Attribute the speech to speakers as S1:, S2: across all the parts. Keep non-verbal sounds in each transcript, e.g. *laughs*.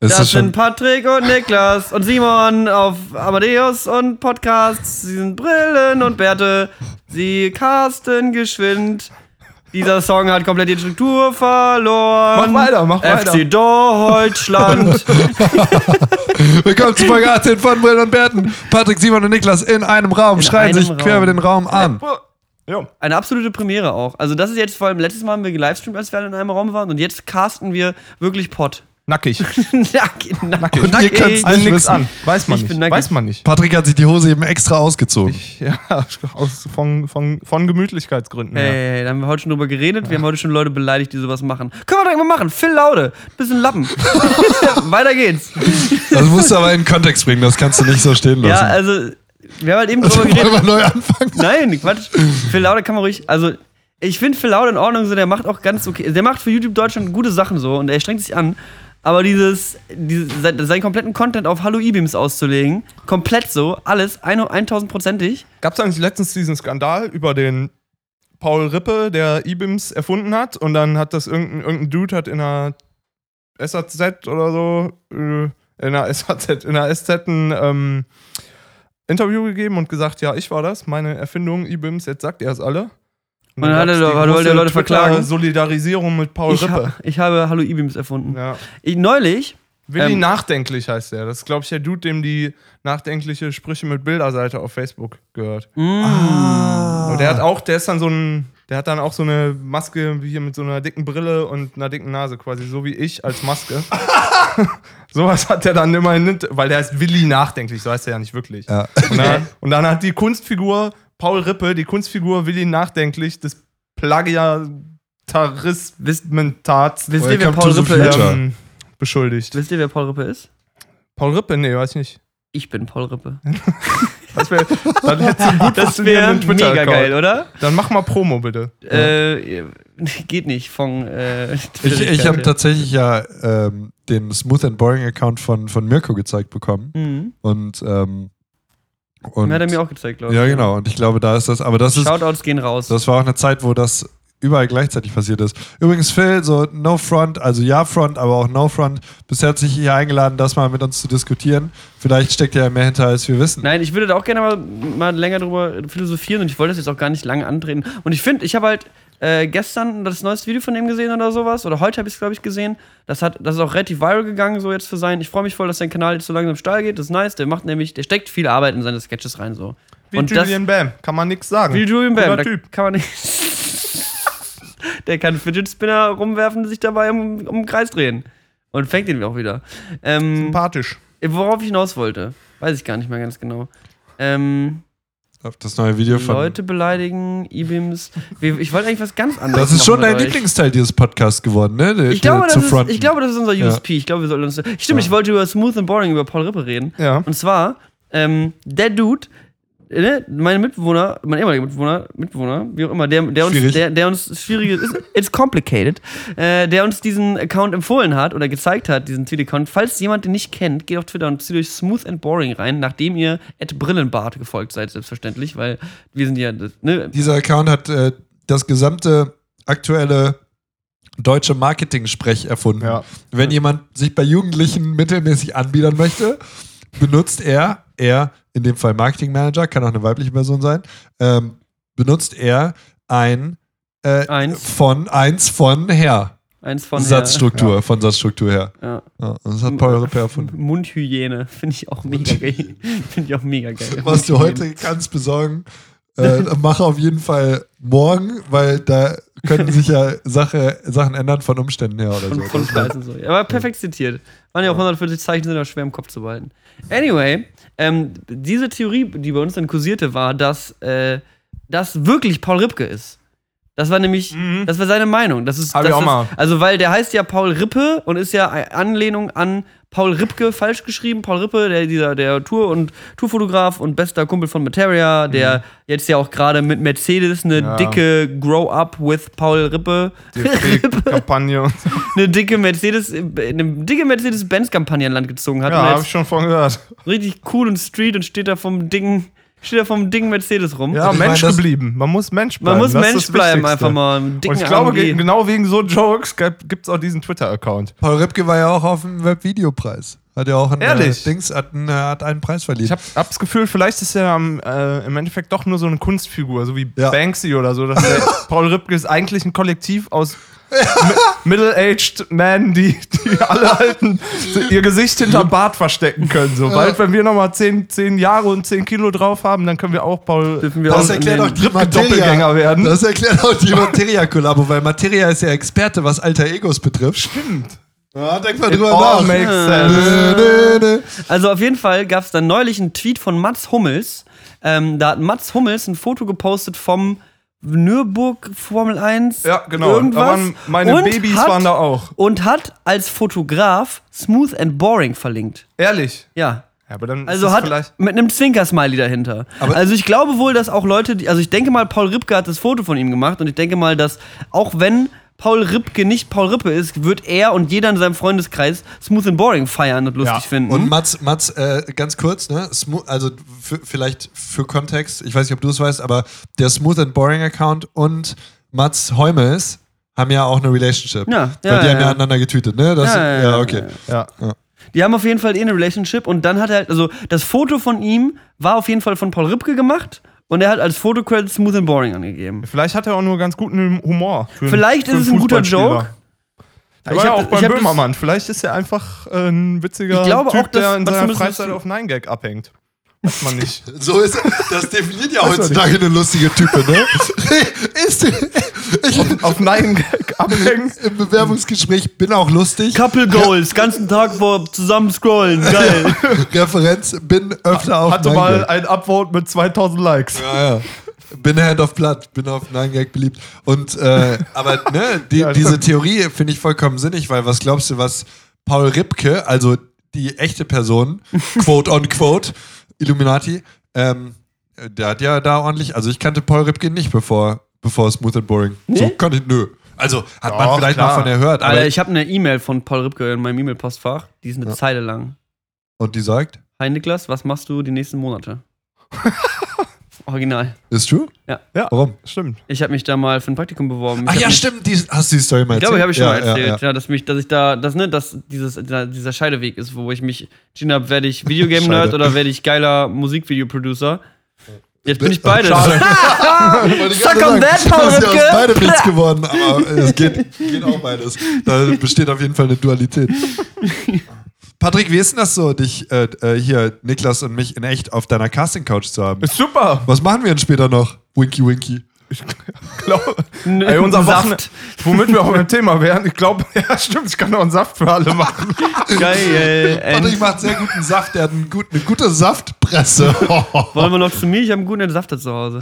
S1: Ist
S2: Das
S1: das
S2: sind
S1: schon?
S2: Patrick und Niklas und Simon auf Amadeus und Podcasts. Sie sind Brillen und Bärte. Sie casten geschwind. Dieser Song hat komplett die Struktur verloren.
S1: Mach weiter, mach weiter. *laughs*
S2: FC Deutschland.
S1: Willkommen zu Folge 18 von Brill und Berten. Patrick, Simon und Niklas in einem Raum schreien
S2: einem
S1: sich quer
S2: Raum.
S1: über den Raum an.
S3: Jo.
S2: Eine absolute Premiere auch. Also das ist jetzt vor allem letztes Mal haben wir gelivestreamt, als wir alle in einem Raum waren und jetzt casten wir wirklich Pott. *laughs* genau.
S3: Nackig.
S2: nackig, nackig.
S1: Und ihr könnt's
S2: nackig.
S3: Allen
S1: Nicht
S3: nix
S1: wissen.
S3: an. Weiß man
S2: Ich bin
S3: nicht.
S2: nackig.
S3: Weiß man nicht.
S1: Patrick hat sich die Hose eben extra ausgezogen.
S3: Ja, *laughs* aus, von, von, von Gemütlichkeitsgründen.
S2: Ey,
S3: ja.
S2: ey, ey, da haben wir heute schon drüber geredet. Wir haben heute schon Leute beleidigt, die sowas machen. Können wir doch immer machen. Phil Laude. Bisschen
S3: *laughs*
S2: Lappen. Weiter geht's.
S1: Das musst du aber in den Kontext bringen, das kannst du nicht so stehen lassen.
S2: Ja, also, wir haben halt eben drüber
S1: Wollen
S3: *laughs*
S2: geredet.
S1: wir neu anfangen?
S2: Nein, Quatsch. Phil Laude kann man ruhig. Also, ich finde Phil Laude in Ordnung, so der macht auch ganz okay. Der macht für YouTube Deutschland gute Sachen so und er strengt sich an. Aber dieses, dieses sein- seinen kompletten Content auf Hallo E-Beams auszulegen, komplett so, alles, ein- 1000%ig.
S3: Gab es eigentlich letztens diesen Skandal über den Paul Rippe, der E-Bims erfunden hat und dann hat das irgendein, irgendein Dude hat in einer SAZ oder so, äh, in einer *laughs* SAZ, in einer SZ ein ähm, Interview gegeben und gesagt, ja, ich war das, meine Erfindung, E-Bims, jetzt sagt ihr es alle.
S2: Und dann hat er
S3: gab's
S2: doch-
S3: die
S2: hat- wollte er
S3: große
S2: Leute verklagen?
S3: Solidarisierung mit Paul
S2: Ich,
S3: Rippe.
S2: ha ich habe Hallo E-Beams erfunden.
S3: Ja.
S2: Ich, neulich
S3: Willi
S2: Ähm,
S3: Nachdenklich heißt der. Das ist, glaube ich, der Dude, dem die nachdenkliche Sprüche mit Bilderseite auf Facebook gehört.
S2: Mm.
S3: Ah. Und der hat auch, der ist dann so ein, der hat dann auch so eine Maske wie hier mit so einer dicken Brille und einer dicken Nase, quasi so wie ich als Maske. *laughs* Sowas hat er dann immerhin, nicht, weil der heißt Willi Nachdenklich, so heißt er ja nicht wirklich.
S1: Ja.
S3: Und, dann, und dann hat die Kunstfigur Paul Rippe, die Kunstfigur Willi Nachdenklich, des Plagiatarismentats
S2: Wisst ihr, wer
S1: Welcome
S2: Paul
S1: to the
S2: Rippe ist?
S1: future.
S3: ähm, beschuldigt.
S2: Wisst ihr, wer Paul Rippe ist?
S3: Paul Rippe? Nee, weiß ich nicht.
S2: Ich bin Paul Rippe.
S3: Das wär, dann hättest du gut
S2: *laughs* Das wäre
S3: funktionierenden Twitter-Account.
S2: mega geil, oder?
S3: Dann mach mal Promo bitte.
S2: Äh, *laughs* geht nicht von. Äh,
S1: Ich, ich habe
S2: Twitter-Seite.
S1: tatsächlich ja ähm, den Smooth and Boring Account von, von Mirko gezeigt bekommen.
S2: Mhm.
S1: Und, ähm, und
S2: Und hat er mir auch gezeigt, glaube ich.
S1: Ja, genau. Und ich glaube, da ist das. Aber das ist,
S2: Shoutouts gehen raus.
S1: das war auch eine Zeit, wo das überall gleichzeitig passiert ist. Übrigens, Phil, so No Front, also Ja Front, aber auch No Front, bist herzlich hier eingeladen, das mal mit uns zu diskutieren. Vielleicht steckt ja mehr hinter, als wir wissen.
S2: Nein, ich würde da auch gerne mal, mal länger drüber philosophieren und ich wollte das jetzt auch gar nicht lange antreten. Und ich finde, ich habe halt äh, gestern das neueste Video von dem gesehen oder sowas. Oder heute habe ich es, glaube ich, gesehen. Das, hat, das ist auch relativ viral gegangen, so jetzt für sein. Ich freue mich voll, dass sein Kanal jetzt so langsam steil geht. Das ist nice. Der macht nämlich, der steckt viel Arbeit in seine Sketches rein, so.
S3: Wie Julian Bam, kann man nichts sagen.
S2: Wie Julian Bam.
S3: Cooler
S2: Da
S3: Typ.
S2: kann man nicht. *laughs* Der kann Fidget Spinner rumwerfen und sich dabei um, um den Kreis drehen. Und fängt ihn auch wieder. Ähm,
S3: *laughs* Sympathisch.
S2: worauf ich hinaus wollte, weiß ich gar nicht mehr ganz genau. Ähm,
S1: Das neue Video von.
S2: Leute beleidigen, E-Beams. Wir- Ich wollte eigentlich was ganz anderes.
S1: das ist
S2: machen
S1: schon
S2: mit
S1: dein
S2: euch.
S1: Lieblingsteil dieses Podcasts geworden, ne? Der-
S2: Ich glaube,
S1: der-
S2: das
S1: zu
S2: ist,
S1: fronten.
S2: ich glaube, das ist unser USP. Ich glaube, wir sollten uns. Stimmt, ich wollte über Smooth and Boring, über Paul Rippe reden.
S3: Ja.
S2: Und zwar, ähm, der Dude, ne, mein Mitbewohner, mein ehemaliger Mitbewohner, Mitbewohner, wie auch immer, der, der uns,
S1: Schwierig.
S2: der, der uns schwieriges, ist, it's complicated, äh, der uns diesen Account empfohlen hat oder gezeigt hat, diesen Tweet-Account. Falls jemand den nicht kennt, geht auf Twitter und zieht euch Smooth and Boring rein, nachdem ihr at Brillenbart gefolgt seid, selbstverständlich, weil wir sind ja, das- ne,
S1: dieser Account hat äh, das gesamte aktuelle deutsche Marketing-Sprech erfunden.
S3: Ja.
S1: Wenn jemand sich bei Jugendlichen mittelmäßig anbiedern möchte, benutzt er, er, in dem Fall Marketing-Manager, kann auch eine weibliche Person sein, ähm, benutzt er ein äh,
S2: Eins.
S1: von eins von her.
S2: eins von.
S1: Satzstruktur, von Satzstruktur her.
S2: Ja.
S1: Ja, und das hat Paul Rippe erfunden.
S2: Mundhygiene finde ich auch mega geil.
S1: *laughs*
S2: Finde ich auch mega geil.
S1: was du heute kannst
S3: *laughs*
S1: besorgen, äh, mach auf jeden Fall morgen, weil da können sich ja Sache, Sachen ändern von Umständen her oder so.
S2: Von, von Preisen so. Ja, Aber perfekt zitiert. Waren ja auch 140 Zeichen, sind auch schwer im Kopf zu behalten. Anyway, ähm, diese Theorie, die bei uns dann kursierte, war, dass äh, das wirklich Paul Ripke ist. Das war nämlich, das war seine Meinung. Das ist,
S3: Mhm. Hab
S2: das
S3: ich auch
S2: ist,
S3: mal.
S2: Also, weil der heißt ja Paul Rippe und ist ja eine Anlehnung an Paul Ripke, falsch geschrieben. Paul Rippe, der, dieser, der Tour- und Tourfotograf und bester Kumpel von Materia, der jetzt ja auch gerade mit Mercedes eine
S3: Mhm. Ja.
S2: dicke Grow-Up with Paul Rippe
S3: Die Kampagne und so.
S2: eine dicke Mercedes, äh, eine dicke Mercedes-Benz-Kampagne an Land gezogen hat.
S3: Ja,
S2: und *laughs*
S3: habe
S2: jetzt
S3: ich schon von gehört.
S2: richtig cool und street und steht da vom dicken steht da vom dicken Mercedes rum.
S1: Ja,
S3: Ja,
S1: ich meine,
S3: Mensch
S1: das-
S3: geblieben. Man muss Mensch bleiben.
S2: Man muss
S3: das ist
S2: Mensch
S3: das
S2: bleiben,
S3: Wichtigste.
S2: einfach mal. einen Dicken
S3: Und ich glaube,
S2: AMG.
S3: ge- genau wegen so Jokes gibt es auch diesen Twitter-Account.
S1: Paul Ripke war ja auch auf dem Webvideopreis. Hat ja auch einen,
S3: Ehrlich?
S1: Äh, Dings, hat einen, äh, hat einen Preis verliehen.
S3: Ich hab, hab das Gefühl, vielleicht ist er am, äh, im Endeffekt doch nur so eine Kunstfigur, so wie
S1: Ja.
S3: Banksy oder so. Dass der Paul Ripke ist eigentlich ein Kollektiv aus mi- Middle-aged Men, die, die alle halten, ihr Gesicht hinterm Bart verstecken können. So. Bald, wenn wir nochmal 10, 10 Jahre und 10 Kilo drauf haben, dann können wir auch Paul.
S2: Dürfen wir
S1: das
S2: auch
S1: erklärt
S2: in
S1: auch
S2: den-
S1: die
S3: Doppelgänger
S1: Materia.
S3: werden.
S1: Das erklärt auch die Materia-Kollabo, weil Materia ist ja Experte, was alter Egos betrifft. Stimmt. Ja, denk mal drüber
S3: all
S1: nach.
S3: makes
S1: Nö, nö, nö.
S2: Also auf jeden Fall gab es dann neulich einen Tweet von Mats Hummels. Ähm, da hat Mats Hummels ein Foto gepostet vom Nürburg Formel 1.
S3: Ja, genau.
S2: Irgendwas.
S3: Da waren meine
S2: Und
S3: Babys
S2: hat-
S3: waren da auch.
S2: Und hat als Fotograf Smooth and Boring verlinkt.
S3: Ehrlich.
S2: Ja.
S3: Ja, aber dann
S2: Also
S3: ist es
S2: hat
S3: vielleicht.
S2: mit einem Zwinker-Smiley dahinter. also ich glaube wohl, dass auch Leute, die, also ich denke mal, Paul Ripke hat das Foto von ihm gemacht und ich denke mal, dass auch wenn Paul Ripke nicht Paul Rippe ist, wird er und jeder in seinem Freundeskreis Smooth and Boring feiern und lustig
S3: Ja.
S2: finden.
S1: Und Mats, Mats äh, ganz kurz, ne? Smo also für, vielleicht für Kontext, ich weiß nicht, ob du es weißt, aber der Smooth and Boring Account und Mats Heumels haben ja auch eine Relationship.
S2: Ja, ja,
S1: Weil die
S2: ja,
S1: haben ja
S2: ja.
S1: aneinander getütet, ne? Das,
S2: Ja, ja,
S1: ja,
S2: ja,
S1: okay.
S2: ja,
S3: Ja.
S2: Die haben auf jeden Fall eh eine Relationship und dann hat er halt, also das Foto von ihm war auf jeden Fall von Paul Ripke gemacht und er hat als Fotocredit Smooth and Boring angegeben.
S3: Vielleicht hat er auch nur ganz guten Humor. für einen-
S2: Vielleicht
S3: für
S2: ist
S3: einen
S2: es ein guter
S3: Fußballspieler.
S2: Joke.
S3: Der
S2: Ich
S3: war ja
S2: hab-
S3: auch
S2: ich
S3: bei
S2: hab das-
S3: Böhmermann. Vielleicht ist er einfach äh, ein witziger
S2: Ich glaube
S3: Typ,
S2: auch, dass-
S3: der in
S2: was
S3: seiner
S2: zumindest-
S3: Freizeit auf Nein Gag abhängt. Weiß man nicht.
S1: *laughs* So ist das definiert ja
S3: Weiß man
S1: heutzutage eine lustige Type, ne? *laughs* ist, ich,
S3: auf Nein Gag abhängen.
S1: Im Bewerbungsgespräch bin auch lustig.
S2: Couple
S3: *laughs*
S2: Goals, ganzen Tag vor zusammen scrollen, geil.
S1: Referenz bin öfter auf
S3: Hatte
S1: Nein
S3: mal
S1: Gag.
S3: ein Upvote mit 2000 Likes.
S1: Ah, Ja, ja. Bin Hand of Blood, bin auf 9 Gag beliebt. Und äh, aber ne, die,
S3: Ja,
S1: diese
S3: stimmt.
S1: Theorie finde ich vollkommen sinnig, weil was glaubst du, was Paul Ripke, also die echte
S3: *laughs*
S1: Person, quote on quote, Illuminati, ähm, der hat ja da ordentlich, also ich kannte Paul Ripke nicht bevor, bevor Smooth and Boring. So konnte ich, nö. Also hat man
S3: Doch,
S1: vielleicht
S3: klar.
S1: mal von erhört, aber
S2: Alter, ich habe eine E-Mail von Paul Ripke in meinem E-Mail-Postfach, die ist eine Zeile lang.
S1: und die sagt,
S2: Hi Niklas, was machst du die nächsten Monate? *laughs* Original.
S1: ist true?
S2: Ja.
S3: Ja.
S1: Warum?
S3: Stimmt.
S2: Ich habe mich da mal für ein Praktikum beworben. Ich
S1: Ach
S2: hab
S1: ja,
S2: mich-
S1: stimmt, die, hast du die Story mal
S2: Ich glaube, ich habe ich schon
S1: Ja,
S2: mal
S1: ja,
S2: erzählt, ja,
S1: ja.
S2: dass mich, dass ich da, dass ne, dass dieses dieser, dieser Scheideweg ist, wo ich mich entschieden habe, werde ich Videogame Nerd
S1: Scheide.
S2: oder werde ich geiler Musikvideoproducer. Jetzt bin ich beides. *laughs*
S1: Schade.
S2: Wollte ich Suck gerade on sagen. that, Paul
S1: Das ist ja
S2: Ripke.
S1: aus beidem nichts geworden, aber es geht, geht auch beides. Da besteht auf jeden Fall eine Dualität. Patrick, wie ist denn das so, dich äh, äh, hier, Niklas und mich in echt auf deiner Casting-Couch zu haben?
S3: Ist super.
S1: Was machen wir denn später noch? Winky Winky.
S3: Glaub,
S2: N-
S3: ey, unser
S2: Saft.
S3: Wochenende, womit wir auch beim Thema wären. Ich glaube, *laughs* ja, stimmt. Ich kann doch einen Saft für
S2: *laughs*
S3: alle machen.
S2: Geil.
S1: Patrick
S2: End.
S1: macht sehr guten Saft, der hat einen guten, eine gute
S2: *laughs*
S1: Saftpresse.
S2: Wollen wir noch zu mir? Ich habe einen guten Entsafter zu Hause.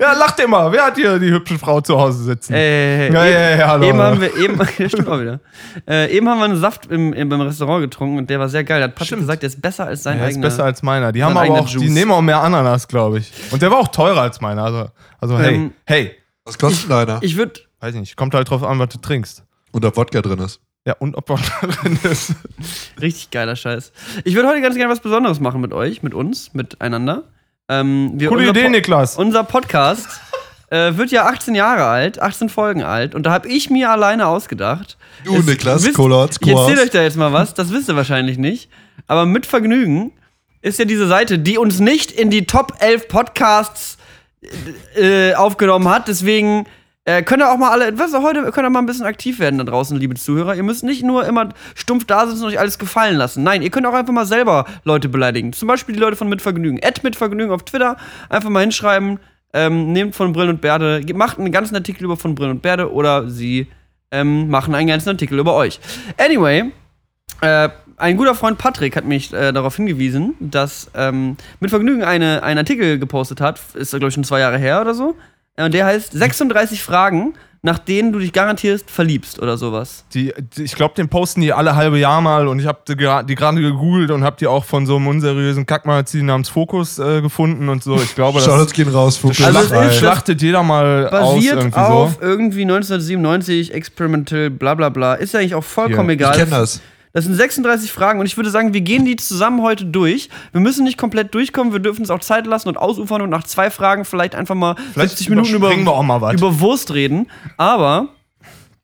S3: Ja, lacht ihr mal. Wer hat hier die hübsche Frau zu Hause sitzen?
S2: Ey,
S3: Ja,
S2: eben,
S3: ja, ja, hallo.
S2: eben haben wir eben, *laughs* ja, stimmt auch wieder. Äh, eben haben wir einen Saft im, im, beim Restaurant getrunken und der war sehr geil. Da hat Patrick gesagt, der ist besser als sein
S3: Der ist
S2: eigener.
S3: besser als meiner. Die haben
S2: Sein
S3: aber
S2: eigener
S3: auch, die
S2: Juice.
S3: nehmen auch mehr Ananas, glaube ich. Und der war auch teurer als meiner. Also, also hey,
S2: Ähm,
S3: hey,
S1: Was kostet denn einer?
S2: ich würde
S3: weiß nicht, kommt halt drauf an, was du trinkst.
S1: Und da Wodka drin ist.
S3: Ja, und ob man da *laughs* drin ist.
S2: Richtig geiler Scheiß. Ich würde heute ganz gerne was Besonderes machen mit euch, mit uns, miteinander. Ähm, wir,
S3: Coole
S2: unser
S3: Idee,
S2: Po-
S3: Niklas.
S2: Unser
S3: *laughs*
S2: Podcast äh, wird ja 18 Jahre alt, 18 Folgen alt. Und da habe ich mir alleine ausgedacht.
S1: Du,
S2: Es-
S1: Niklas,
S2: wisst-
S1: Kohlhaus,
S2: Ich erzähle
S1: Kohlhaus.
S2: euch da jetzt mal was, das wisst ihr wahrscheinlich nicht. Aber mit Vergnügen ist ja diese Seite, die uns nicht in die Top 11 Podcasts äh, aufgenommen hat. Deswegen äh, könnt ihr auch mal alle, was heute könnt ihr mal ein bisschen aktiv werden da draußen, liebe Zuhörer. Ihr müsst nicht nur immer stumpf da sitzen und euch alles gefallen lassen. Nein, ihr könnt auch einfach mal selber Leute beleidigen. Zum Beispiel die Leute von Mitvergnügen. Ad Mitvergnügen auf Twitter. Einfach mal hinschreiben. Ähm, nehmt von Brillen und Bärde, ge- macht einen ganzen Artikel über von Brillen und Bärde oder sie ähm, machen einen ganzen Artikel über euch. Anyway, äh, ein guter Freund Patrick hat mich äh, darauf hingewiesen, dass ähm, mit Vergnügen eine, einen Artikel gepostet hat, ist glaube ich schon zwei Jahre her oder so. Äh, Und der heißt 36 Fragen, nach denen du dich garantierst verliebst oder sowas.
S3: Die, die, ich glaube, den posten die alle halbe Jahr mal und ich habe die, gra- die gerade gegoogelt und habe die auch von so einem unseriösen Kackmagazin namens Fokus äh, gefunden und so. Ich glaube,
S1: Schaut
S3: das
S1: uns gehen raus, Vogel.
S2: Also
S3: schlacht,
S2: es ist-
S3: schlachtet jeder mal aus
S2: Basiert
S3: irgendwie
S2: auf
S3: so.
S2: irgendwie 1997, experimental, bla bla bla. Ist ja eigentlich auch vollkommen
S3: Hier.
S1: ich
S2: egal.
S1: kenne das.
S2: Das sind 36 Fragen und ich würde sagen, wir gehen die zusammen heute durch. Wir müssen nicht komplett durchkommen, wir dürfen es auch Zeit lassen und ausufern und nach zwei Fragen vielleicht einfach mal
S3: Vielleicht
S2: 70 Minuten über,
S3: überspringen wir auch mal was.
S2: über Wurst reden. Aber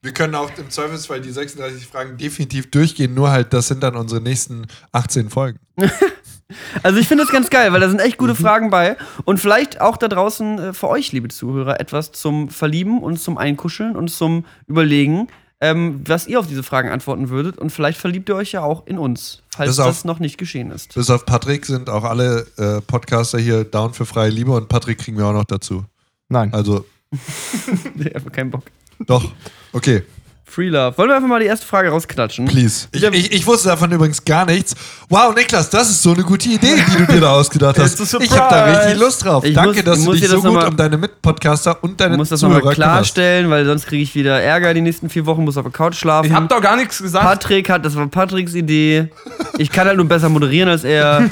S1: Wir können auch im Zweifelsfall die 36 Fragen definitiv durchgehen, nur halt, das sind dann unsere nächsten 18 Folgen.
S2: Also ich finde das ganz geil, weil da sind echt gute Fragen bei. Und vielleicht auch da draußen äh, für euch, liebe Zuhörer, etwas zum Verlieben und zum Einkuscheln und zum Überlegen, ähm, was ihr auf diese Fragen antworten würdet. Und vielleicht verliebt ihr euch ja auch in uns, falls
S1: Bis auf-
S2: das noch nicht geschehen ist. *laughs*
S1: Bis auf Patrick sind auch alle äh, Podcaster hier down für freie Liebe und Patrick kriegen wir auch noch dazu.
S3: Nein.
S1: Also,
S2: Ich habe keinen Bock.
S1: doch. Okay,
S2: Free Love. Wollen wir einfach mal die erste Frage rausknatschen?
S1: please. Ich, ich, ich wusste davon übrigens gar nichts. Wow, Niklas, das ist so eine gute Idee, die du dir da ausgedacht hast.
S3: It's a
S1: Ich habe da
S3: surprise.
S1: richtig Lust drauf.
S2: Ich
S1: Danke,
S2: muss-
S1: dass
S2: ich
S1: du
S2: muss
S1: dich
S2: dir das
S1: so gut
S2: nochmal-
S1: um deine Mitpodcaster und
S2: Ich
S1: deine
S2: muss das
S1: Zuhörer
S2: nochmal
S1: klarstellen.
S2: klarstellen, weil sonst kriege ich wieder Ärger die nächsten vier Wochen, muss auf der Couch schlafen.
S3: Ich hab doch gar nichts gesagt.
S2: Patrick hat, das war Patricks Idee. Ich kann halt nur besser moderieren als er.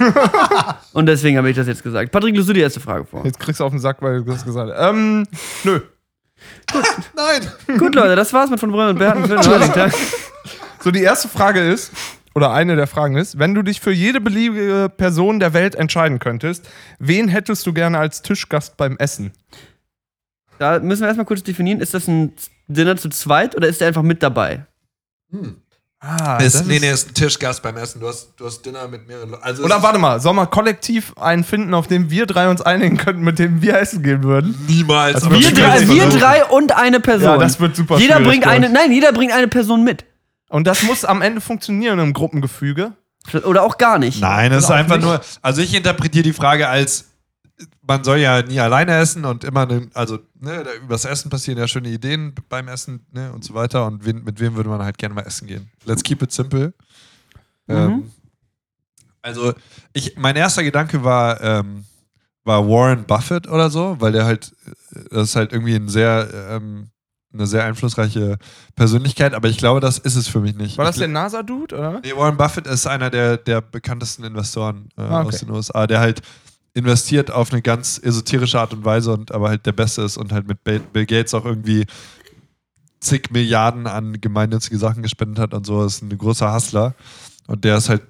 S2: Und deswegen habe ich das jetzt gesagt. Patrick, löst du die erste Frage vor.
S3: Jetzt kriegst du auf den Sack, weil du das gesagt hast. Ähm, nö.
S1: Nein.
S2: Gut, Leute, das war's mit von Brüllen und
S3: *laughs*
S2: Bernd. Für den heutigen Tag.
S3: So, die erste Frage ist, oder eine der Fragen ist, wenn du dich für jede beliebige Person der Welt entscheiden könntest, wen hättest du gerne als Tischgast beim Essen?
S2: Da müssen wir erstmal kurz definieren, ist das ein Dinner zu zweit oder ist der einfach mit dabei?
S3: Ah,
S1: Ist, nee, nee, ist ein Tischgast beim Essen. Du hast, du hast Dinner mit mehreren Leuten. Also es
S3: Oder
S1: ist-
S3: warte mal, sollen wir kollektiv einen finden, auf den wir drei uns einigen könnten, mit dem wir essen gehen würden?
S1: Niemals.
S3: Also
S1: aber
S3: wir
S2: Wir
S1: du kannst
S2: drei,
S1: es
S2: wir
S1: versuchen.
S2: drei und eine Person.
S3: Ja, das wird super
S2: Jeder
S3: schwierig,
S2: bringt
S3: glaub ich.
S2: eine, nein, jeder bringt eine Person mit.
S3: Und das muss am Ende funktionieren im Gruppengefüge.
S2: Oder auch gar nicht.
S1: Nein, das ist
S3: Oder auch
S1: einfach
S3: nicht.
S1: nur. Also ich interpretiere die Frage als, man soll ja nie alleine essen und immer, ne, also ne, da- übers Essen passieren ja schöne Ideen beim Essen ne, und so weiter. Und wen, mit wem würde man halt gerne mal essen gehen? Let's keep it simple.
S3: Mhm.
S1: Ähm, also ich, mein erster Gedanke war, ähm, war Warren Buffett oder so, weil der halt, äh, das ist halt irgendwie ein sehr, ähm, eine sehr einflussreiche Persönlichkeit, aber ich glaube, das ist es für mich nicht.
S3: War das
S1: ich,
S3: der NASA-Dude, *laughs* oder?
S1: Nee, Warren Buffett ist einer der, der bekanntesten Investoren äh,
S3: Ah, okay.
S1: aus den USA, der halt investiert auf eine ganz esoterische Art und Weise und aber halt der Beste ist und halt mit Bill Bill Gates auch irgendwie zig Milliarden an gemeinnützige Sachen gespendet hat und so, ist ein großer Hustler. Und der ist halt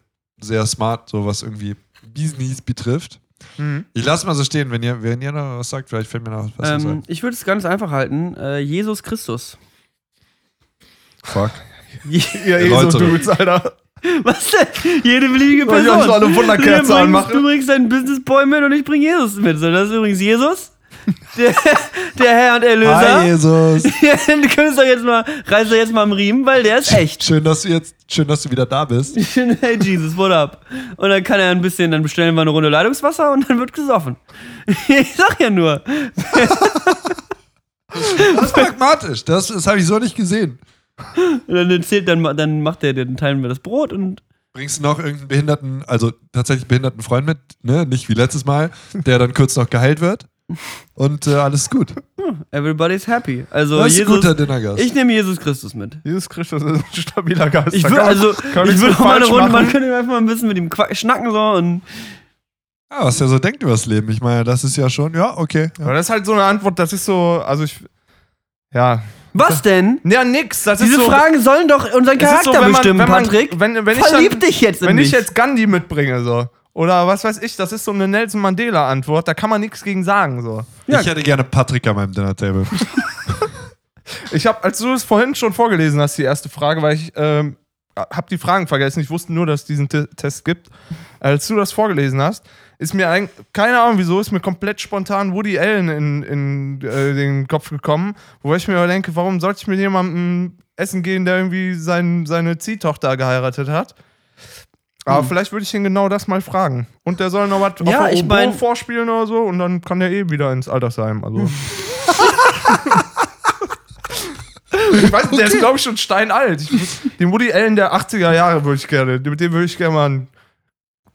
S1: sehr smart, so was irgendwie Business betrifft.
S3: Mhm.
S1: Ich lasse mal so stehen, wenn ihr, wenn ihr noch was sagt, vielleicht fällt mir noch was Besseres
S2: Ähm,
S1: ein.
S2: ich würde es ganz einfach halten. Äh, Jesus Christus.
S1: Fuck.
S3: Ihr
S1: Leute.
S3: ESO-Dudes, Alter.
S2: *laughs* Was denn? Jede beliebige
S3: Soll ich
S2: Person.
S3: auch so eine Wunderkerze
S2: du, bringst,
S3: anmachen?
S2: du bringst deinen Businessboy mit und ich bring Jesus mit. So, das ist übrigens
S3: *laughs*
S2: Jesus. Der, der Herr und Erlöser.
S1: Hi, Jesus.
S2: Ja, *laughs* du könntest doch jetzt mal, reiß doch jetzt mal am Riemen, weil der ist echt.
S1: Schön, dass du jetzt, schön, dass du wieder da bist.
S2: *laughs* hey Jesus, what up? Und dann kann er ein bisschen, dann bestellen wir eine Runde Leitungswasser und dann wird gesoffen. *laughs* Ich sag ja nur.
S1: Das ist pragmatisch. Das, das habe ich so nicht gesehen.
S2: Und dann erzählt, dann, ma- dann macht er, dann teilen wir das Brot und.
S1: Bringst du noch irgendeinen behinderten, also tatsächlich behinderten Freund mit, ne? Nicht wie letztes Mal, der dann kurz noch geheilt wird. Und äh, alles ist gut.
S2: Everybody's happy. Also
S1: das ist ein guter
S2: Jesus,
S1: Dinnergast.
S2: ich nehme Jesus Christus mit.
S3: Jesus Christus ist ein stabiler Gast.
S2: Ich
S3: Da
S2: würde
S3: kann man-
S2: also,
S3: kann man
S2: ich
S3: nichts
S2: würde auch
S3: mit
S2: mal eine
S3: falsch
S2: Runde, man
S3: machen.
S2: könnte einfach mal ein bisschen mit ihm quack- schnacken so und
S1: ja, was der so denkt über das Leben. Ich meine, das ist ja schon, ja, okay. Ja.
S3: Aber das ist halt so eine Antwort, das ist so, also ich, ja.
S2: was denn?
S3: Ja, nix, das
S2: Diese
S3: ist so.
S2: Fragen sollen doch unseren
S3: es ist
S2: Charakter bestimmen, Patrick.
S3: Wenn, wenn ich
S2: Verlieb
S3: dann,
S2: dich jetzt in
S3: Wenn
S2: mich.
S3: ich jetzt Gandhi mitbringe, so. Oder was weiß ich, das ist so eine Nelson Mandela-Antwort, da kann man nichts gegen sagen, so.
S2: Ja.
S1: Ich hätte gerne Patrick an meinem Dinnertable.
S3: Ich habe, als du es vorhin schon vorgelesen hast, die erste Frage, weil ich ähm, habe die Fragen vergessen. Ich wusste nur, dass es diesen Te- Test gibt. Als du das vorgelesen hast, ist mir eigentlich, keine Ahnung wieso, ist mir komplett spontan Woody Allen in, in äh, den Kopf gekommen, wo ich mir aber denke, warum sollte ich mit jemandem essen gehen, der irgendwie sein, seine Ziehtochter geheiratet hat? Aber vielleicht würde ich ihn genau das mal fragen. Und der soll noch was
S2: Hm. Ja,
S3: auf der
S2: ich
S3: Oboe
S2: mein-
S3: vorspielen oder so und dann kann der eh wieder ins Altersheim. Also. Ich weiß, nicht, der ist, glaube ich, schon steinalt. Ich, muss- den Woody Allen der 80er Jahre würde ich gerne. Mit dem würde ich gerne mal einen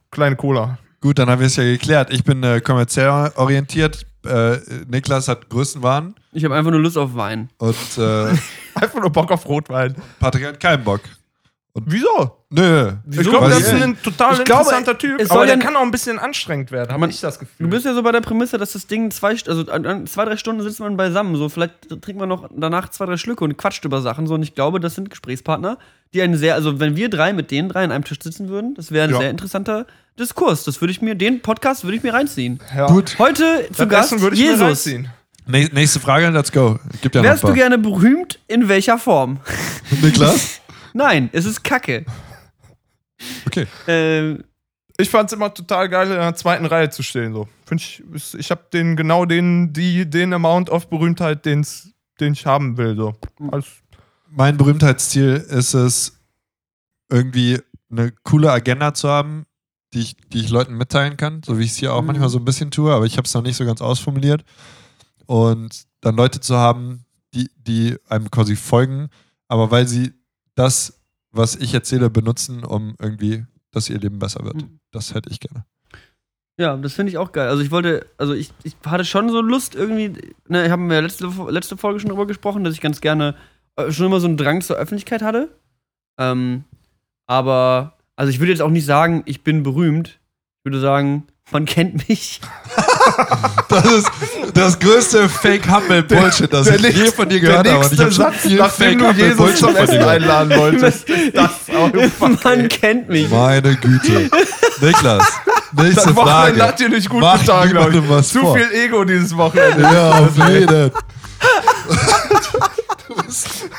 S3: kleinen Cola.
S1: gut, dann haben wir es ja geklärt. Ich bin äh, kommerziell orientiert. Äh, Niklas hat Größenwahn
S2: Ich habe einfach nur Lust auf Wein. *laughs*
S1: und äh,
S3: Einfach nur Bock auf Rotwein.
S1: Patrick hat keinen Bock.
S3: Wieso?
S1: Nö.
S3: Ich
S2: Wieso?
S3: glaube,
S1: Weiß
S3: das ist
S1: ich
S3: ein total
S2: Ich glaube,
S3: interessanter Typ.
S2: es
S3: Aber
S2: soll
S3: der
S2: ja-
S3: kann auch ein bisschen anstrengend werden, habe
S2: Man-
S3: ich das Gefühl.
S2: Du bist ja so bei der Prämisse, dass das Ding zwei, St- also an, an zwei, drei Stunden sitzt man beisammen. So, vielleicht trinkt man noch danach zwei, drei Schlücke und quatscht über Sachen. So, und ich glaube, das sind Gesprächspartner, die einen sehr, also wenn wir drei mit den drei an einem Tisch sitzen würden, das wäre ein
S3: Ja.
S2: sehr interessanter Diskurs. Das würde ich mir, den Podcast würde ich mir reinziehen.
S3: ja.
S1: Gut.
S2: Heute zu
S3: Am
S2: Gast
S3: besten würde ich mir
S2: Jesus.
S3: reinziehen.
S1: Nä- Nächste Frage, let's go. Gibt ja noch ein
S2: Wärst du
S1: paar.
S2: gerne berühmt? In welcher Form?
S1: Niklas?
S2: Nein, es ist Kacke.
S1: Okay.
S2: Ähm,
S3: Ich fand es immer total geil, in der zweiten Reihe zu stehen. So. Find ich ist- ich habe den genau den, die, den Amount of Berühmtheit, den's, den ich haben will. So. Alles,
S1: Mein Berühmtheitsziel ist es, irgendwie eine coole Agenda zu haben, die ich, die ich Leuten mitteilen kann, so wie ich es hier auch
S2: Mhm.
S1: manchmal so ein bisschen tue, aber ich habe es noch nicht so ganz ausformuliert. Und dann Leute zu haben, die, die einem quasi folgen, aber weil sie das, was ich erzähle, benutzen, um irgendwie, dass ihr Leben besser wird.
S2: Mhm.
S1: Das hätte ich gerne. *laughs*
S2: Ja, das finde ich auch geil. Also ich wollte, also ich, ich hatte schon so Lust irgendwie, ne, ich habe mir letzte, letzte Folge schon drüber gesprochen, dass ich ganz gerne äh, schon immer so einen Drang zur Öffentlichkeit hatte. Ähm, aber, also ich würde jetzt auch nicht sagen, ich bin berühmt. Ich würde sagen, man kennt mich.
S1: Das ist das größte Fake Humble Bullshit, das
S3: der
S1: ich je
S3: nächste-
S1: von dir gehört habe. Und ich habe schon viel Fake Humble Bullshit von dir gehört.
S3: einladen
S2: *laughs*
S3: wolltest. das
S2: man kennt mich.
S1: Meine Güte. Niklas, nächste
S3: Das Wochenende
S1: Frage.
S3: hat dir nicht gut
S1: Mach
S3: getan, glaube
S1: niemandem
S3: ich.
S1: was
S3: Zu
S1: vor.
S3: viel Ego dieses
S1: *laughs*
S3: *laughs* Wochenende.
S1: Ja, auf jeden. Du bist-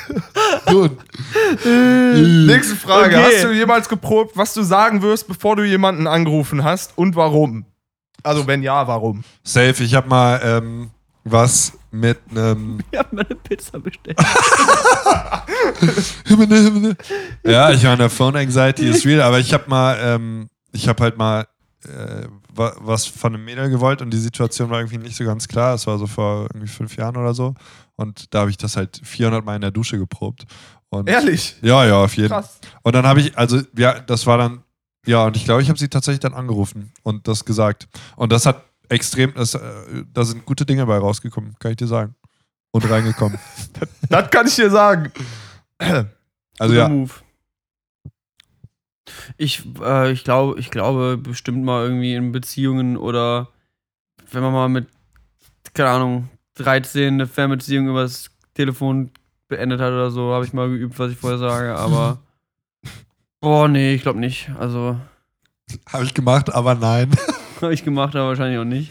S1: Nun.
S3: Nächste Frage.
S2: Okay.
S3: Hast du jemals geprobt, was du sagen wirst, bevor du jemanden angerufen hast und warum? Also wenn ja, warum?
S1: Safe, ich habe mal ähm, was mit einem
S2: Ich habe meine Pizza bestellt.
S1: Hymne, Hymne. Ja, ich meine, Phone Anxiety ist real, aber ich habe mal, ähm, ich habe halt mal äh, wa- was von einem Mädel gewollt und die Situation war irgendwie nicht so ganz klar. Es war so vor irgendwie fünf Jahren oder so und da habe ich das halt 400 Mal in der Dusche geprobt. Und
S3: Ehrlich?
S1: Ja, ja, auf jeden Fall.
S3: Krass.
S1: Und dann habe ich, also ja, das war dann, ja, und ich glaube, ich habe sie tatsächlich dann angerufen und das gesagt. Und das hat extrem, das, äh, da sind gute Dinge bei rausgekommen, kann ich dir sagen. Und reingekommen.
S3: Das kann ich dir sagen.
S1: Also
S2: *laughs* Guter
S1: ja,
S2: Move. Ich, äh, ich, glaub, ich glaube, bestimmt mal irgendwie in Beziehungen oder wenn man mal mit, keine Ahnung, 13 eine Fernbeziehung übers Telefon beendet hat oder so, habe ich mal geübt, was ich vorher sage,
S1: *laughs*
S2: aber. Boah, nee, ich glaube nicht. Also, *laughs*
S1: habe ich gemacht, aber nein.
S2: habe ich gemacht, aber wahrscheinlich
S1: *laughs*
S2: auch nicht.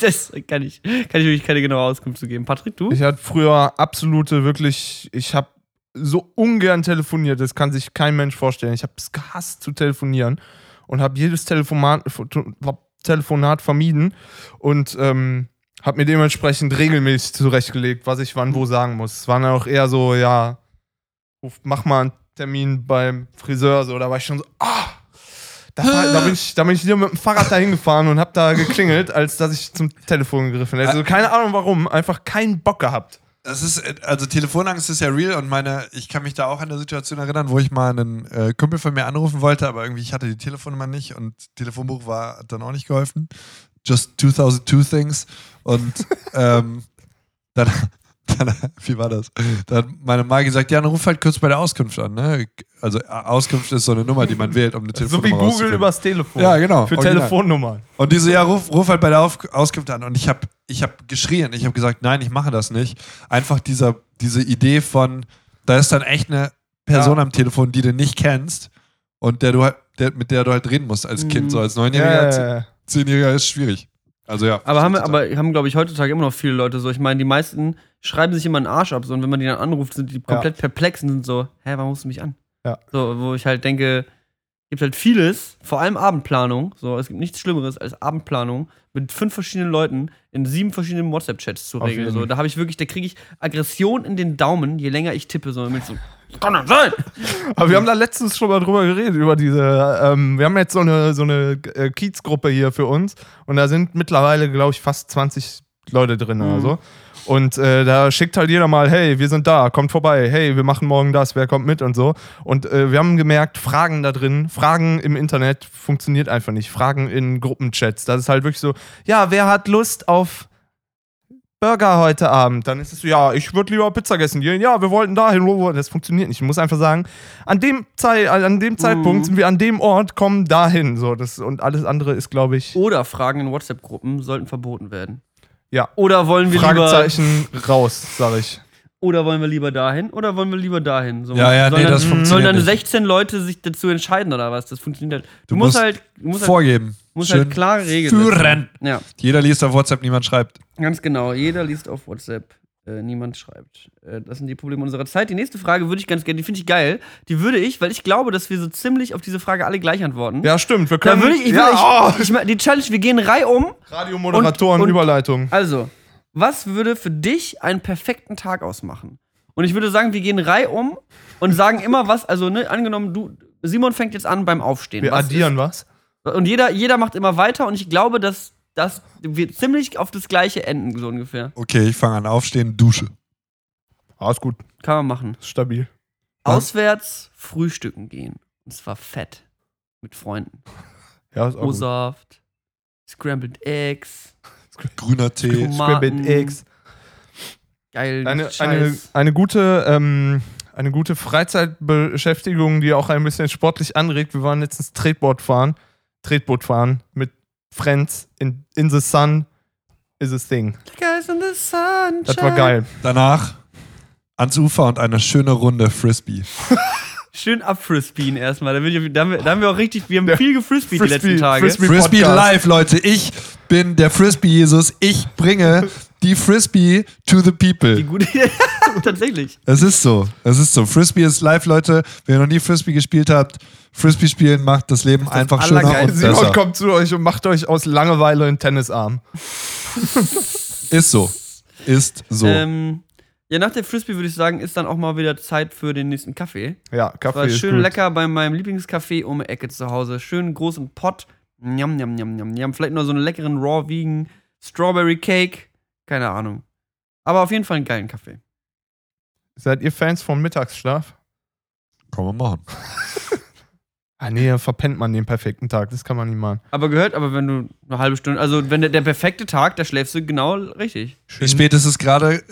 S2: *laughs* das kann ich, kann ich wirklich keine genaue Auskunft zu geben. Patrick, du?
S3: Ich hatte früher absolute, wirklich, ich habe so ungern telefoniert, das kann sich kein Mensch vorstellen. Ich habe es gehasst zu telefonieren und habe jedes Telefonat, Telefonat vermieden und ähm, habe mir dementsprechend regelmäßig zurechtgelegt, was ich wann wo sagen muss. Es waren dann auch eher so, ja, ruf, mach mal einen Termin beim Friseur, so, da war ich schon so, ah! Da, war, da, bin ich, da bin ich hier mit dem Fahrrad dahin gefahren und habe da geklingelt, als dass ich zum Telefon gegriffen hätte. Also keine Ahnung warum, einfach keinen Bock gehabt.
S1: Das ist, äh, also Telefonangst ist ja real und meine, ich kann mich da auch an eine Situation erinnern, wo ich mal einen äh, Kumpel von mir anrufen wollte, aber irgendwie ich hatte die Telefonnummer nicht und Telefonbuch war hat dann auch nicht geholfen. Just 2002 Things und
S3: *laughs*
S1: ähm, dann, dann, wie war das? Dann hat meine Mama gesagt, ja, dann ruf halt kurz bei der Auskunft an. Ne? Also äh, Auskunft ist so eine Nummer, die man wählt, um eine
S3: So wie
S1: Telefonnummer
S3: Google
S1: rauszufinden.
S3: übers Telefon.
S1: Ja, genau,
S3: Für
S1: original.
S3: Telefonnummern.
S1: Und die so, ja, ruf, ruf halt bei der Auf Auskunft an. Und ich habe ich hab geschrien. Ich habe gesagt, nein, ich mache das nicht. Einfach dieser, diese Idee von, da ist dann echt eine Person
S3: Ja.
S1: am Telefon, die du nicht kennst und der du halt, der, mit der du halt reden musst als Kind.
S2: Mhm.
S1: So als
S3: Ja,
S1: Neunjähriger,
S3: ja,
S1: Ze-
S3: ja.
S1: Zehnjähriger ist schwierig. Also ja.
S2: Aber haben, aber haben glaube ich, heutzutage immer noch viele Leute so. Ich meine, die meisten schreiben sich immer einen Arsch ab, so, und wenn man die dann anruft, sind die komplett perplex und sind so, hä, warum rufst du mich an?
S3: Ja.
S2: So, wo ich halt denke, gibt halt vieles, vor allem Abendplanung, so, es gibt nichts Schlimmeres als Abendplanung mit fünf verschiedenen Leuten in sieben verschiedenen WhatsApp-Chats zu
S3: Auf
S2: regeln.
S3: jeden.
S2: So, da habe ich wirklich, da kriege ich Aggression in den Daumen, je länger ich tippe, so, mit so das kann doch
S3: *laughs*
S2: sein!
S3: Aber wir haben da letztens schon mal drüber geredet, über diese, ähm, wir haben jetzt so eine, so eine äh, Kiezgruppe hier für uns und da sind mittlerweile, glaube ich, fast 20 Leute drin oder so. Und äh, da schickt halt jeder mal, hey, wir sind da, kommt vorbei, hey, wir machen morgen das, wer kommt mit und so. Und äh, wir haben gemerkt, Fragen da drin, Fragen im Internet funktioniert einfach nicht. Fragen in Gruppenchats, das ist halt wirklich so, ja, wer hat Lust auf Burger heute Abend. Dann ist es so, ja, ich würde lieber Pizza essen gehen. Ja, wir wollten dahin. wo- wo- Das funktioniert nicht. Ich muss einfach sagen, an dem, Zei an dem Zeitpunkt sind wir an dem Ort, kommen dahin. So, das, und alles andere ist, glaube ich,
S2: Oder Fragen in WhatsApp-Gruppen sollten verboten werden.
S3: ja.
S2: Oder wollen wir lieber
S3: Fragezeichen raus, sage ich.
S2: oder wollen wir lieber dahin oder wollen wir lieber dahin? So,
S1: Ja, ja,
S2: sollen
S1: nee, das
S2: dann,
S1: funktioniert
S2: Sollen dann
S1: nicht.
S2: 16 Leute sich dazu entscheiden oder was? Das funktioniert halt. Du,
S1: Du
S2: musst
S1: musst
S2: halt, du musst halt,
S1: Vorgeben.
S2: musst
S1: Schön
S2: halt klare Regeln.
S1: Führen.
S2: setzen. Ja,
S1: Jeder liest auf WhatsApp, niemand schreibt.
S2: ganz genau. Jeder liest auf WhatsApp. Äh, niemand schreibt. Äh, das sind die Probleme unserer Zeit. Die nächste Frage würde ich ganz gerne, die finde ich geil. Die würde ich, weil ich glaube, dass wir so ziemlich auf diese Frage alle gleich antworten.
S3: Ja, stimmt. Wir können.
S2: Dann würde ich, ich,
S3: ja,
S1: oh.
S2: ich, ich, ich, die Challenge, wir gehen reihum. um.
S3: oh, Radiomoderatoren,
S2: und- und-
S3: Überleitung.
S2: Also, was würde für dich einen perfekten Tag ausmachen? Und ich würde sagen, wir gehen reihum und sagen immer was, also ne, angenommen, du, Simon fängt jetzt an beim Aufstehen.
S3: Wir
S2: was
S3: addieren was?
S2: Ist, und jeder, jeder macht immer weiter und ich glaube, dass, dass wir ziemlich auf das gleiche enden, so ungefähr.
S1: Okay, ich fange an, aufstehen, Dusche.
S3: Ah, ist gut.
S2: Kann man machen.
S3: Ist stabil. Was?
S2: Auswärts frühstücken gehen. Und zwar fett. Mit Freunden.
S3: Ja, ist auch gut.
S2: O-Saft, Scrambled Eggs,
S1: Grüner Tee.
S2: Tomaten,
S3: Scrambled Eggs.
S2: geil.
S3: Eine,
S2: Scheiß.
S3: eine, eine gute. Ähm, eine gute Freizeitbeschäftigung, die auch ein bisschen sportlich anregt. Wir waren letztens Tretboot fahren. Tretboot fahren mit Friends in, in the sun is a thing.
S2: Guys in the sunshine.
S3: Das war geil.
S1: Danach ans Ufer und eine schöne Runde Frisbee.
S2: Schön abfrispien erstmal. Da, bin ich, da, haben wir, da haben wir auch richtig, wir haben viel gefrispied die
S3: Frisbee-
S2: letzten Tage.
S3: Frisbee-
S1: Frisbee
S3: Podcast.
S1: live, Leute. Ich bin der Frisbee-Jesus. Ich bringe die Frisbee to the people.
S2: Die gute, *laughs* tatsächlich.
S1: Es ist so. Es ist so. Frisbee ist live, Leute. Wenn ihr noch nie Frisbee gespielt habt, Frisbee spielen macht das Leben einfach schöner und
S3: Simon
S1: besser.
S3: kommt zu euch und macht euch aus Langeweile einen Tennisarm.
S1: Ist so. Ist so.
S2: Ähm, ja, nach der Frisbee würde ich sagen, ist dann auch mal wieder Zeit für den nächsten Kaffee.
S3: Ja,
S2: Ich
S3: Kaffee
S2: war
S3: ist
S2: schön
S3: gut.
S2: lecker bei meinem Lieblingscafé um die Ecke zu Hause. Schön großen Pott. Njam, njam, njam, njam, njam. Vielleicht noch so einen leckeren Raw Vegan Strawberry Cake. Keine Ahnung. Aber auf jeden Fall einen geilen Kaffee.
S3: Seid ihr Fans vom Mittagsschlaf?
S1: Kann man machen.
S3: Ah nee, da verpennt man den perfekten Tag. Das kann man nicht machen.
S2: Aber gehört, aber wenn du eine halbe Stunde, also wenn der, der perfekte Tag, da schläfst du genau richtig.
S1: Wie spät ist es gerade?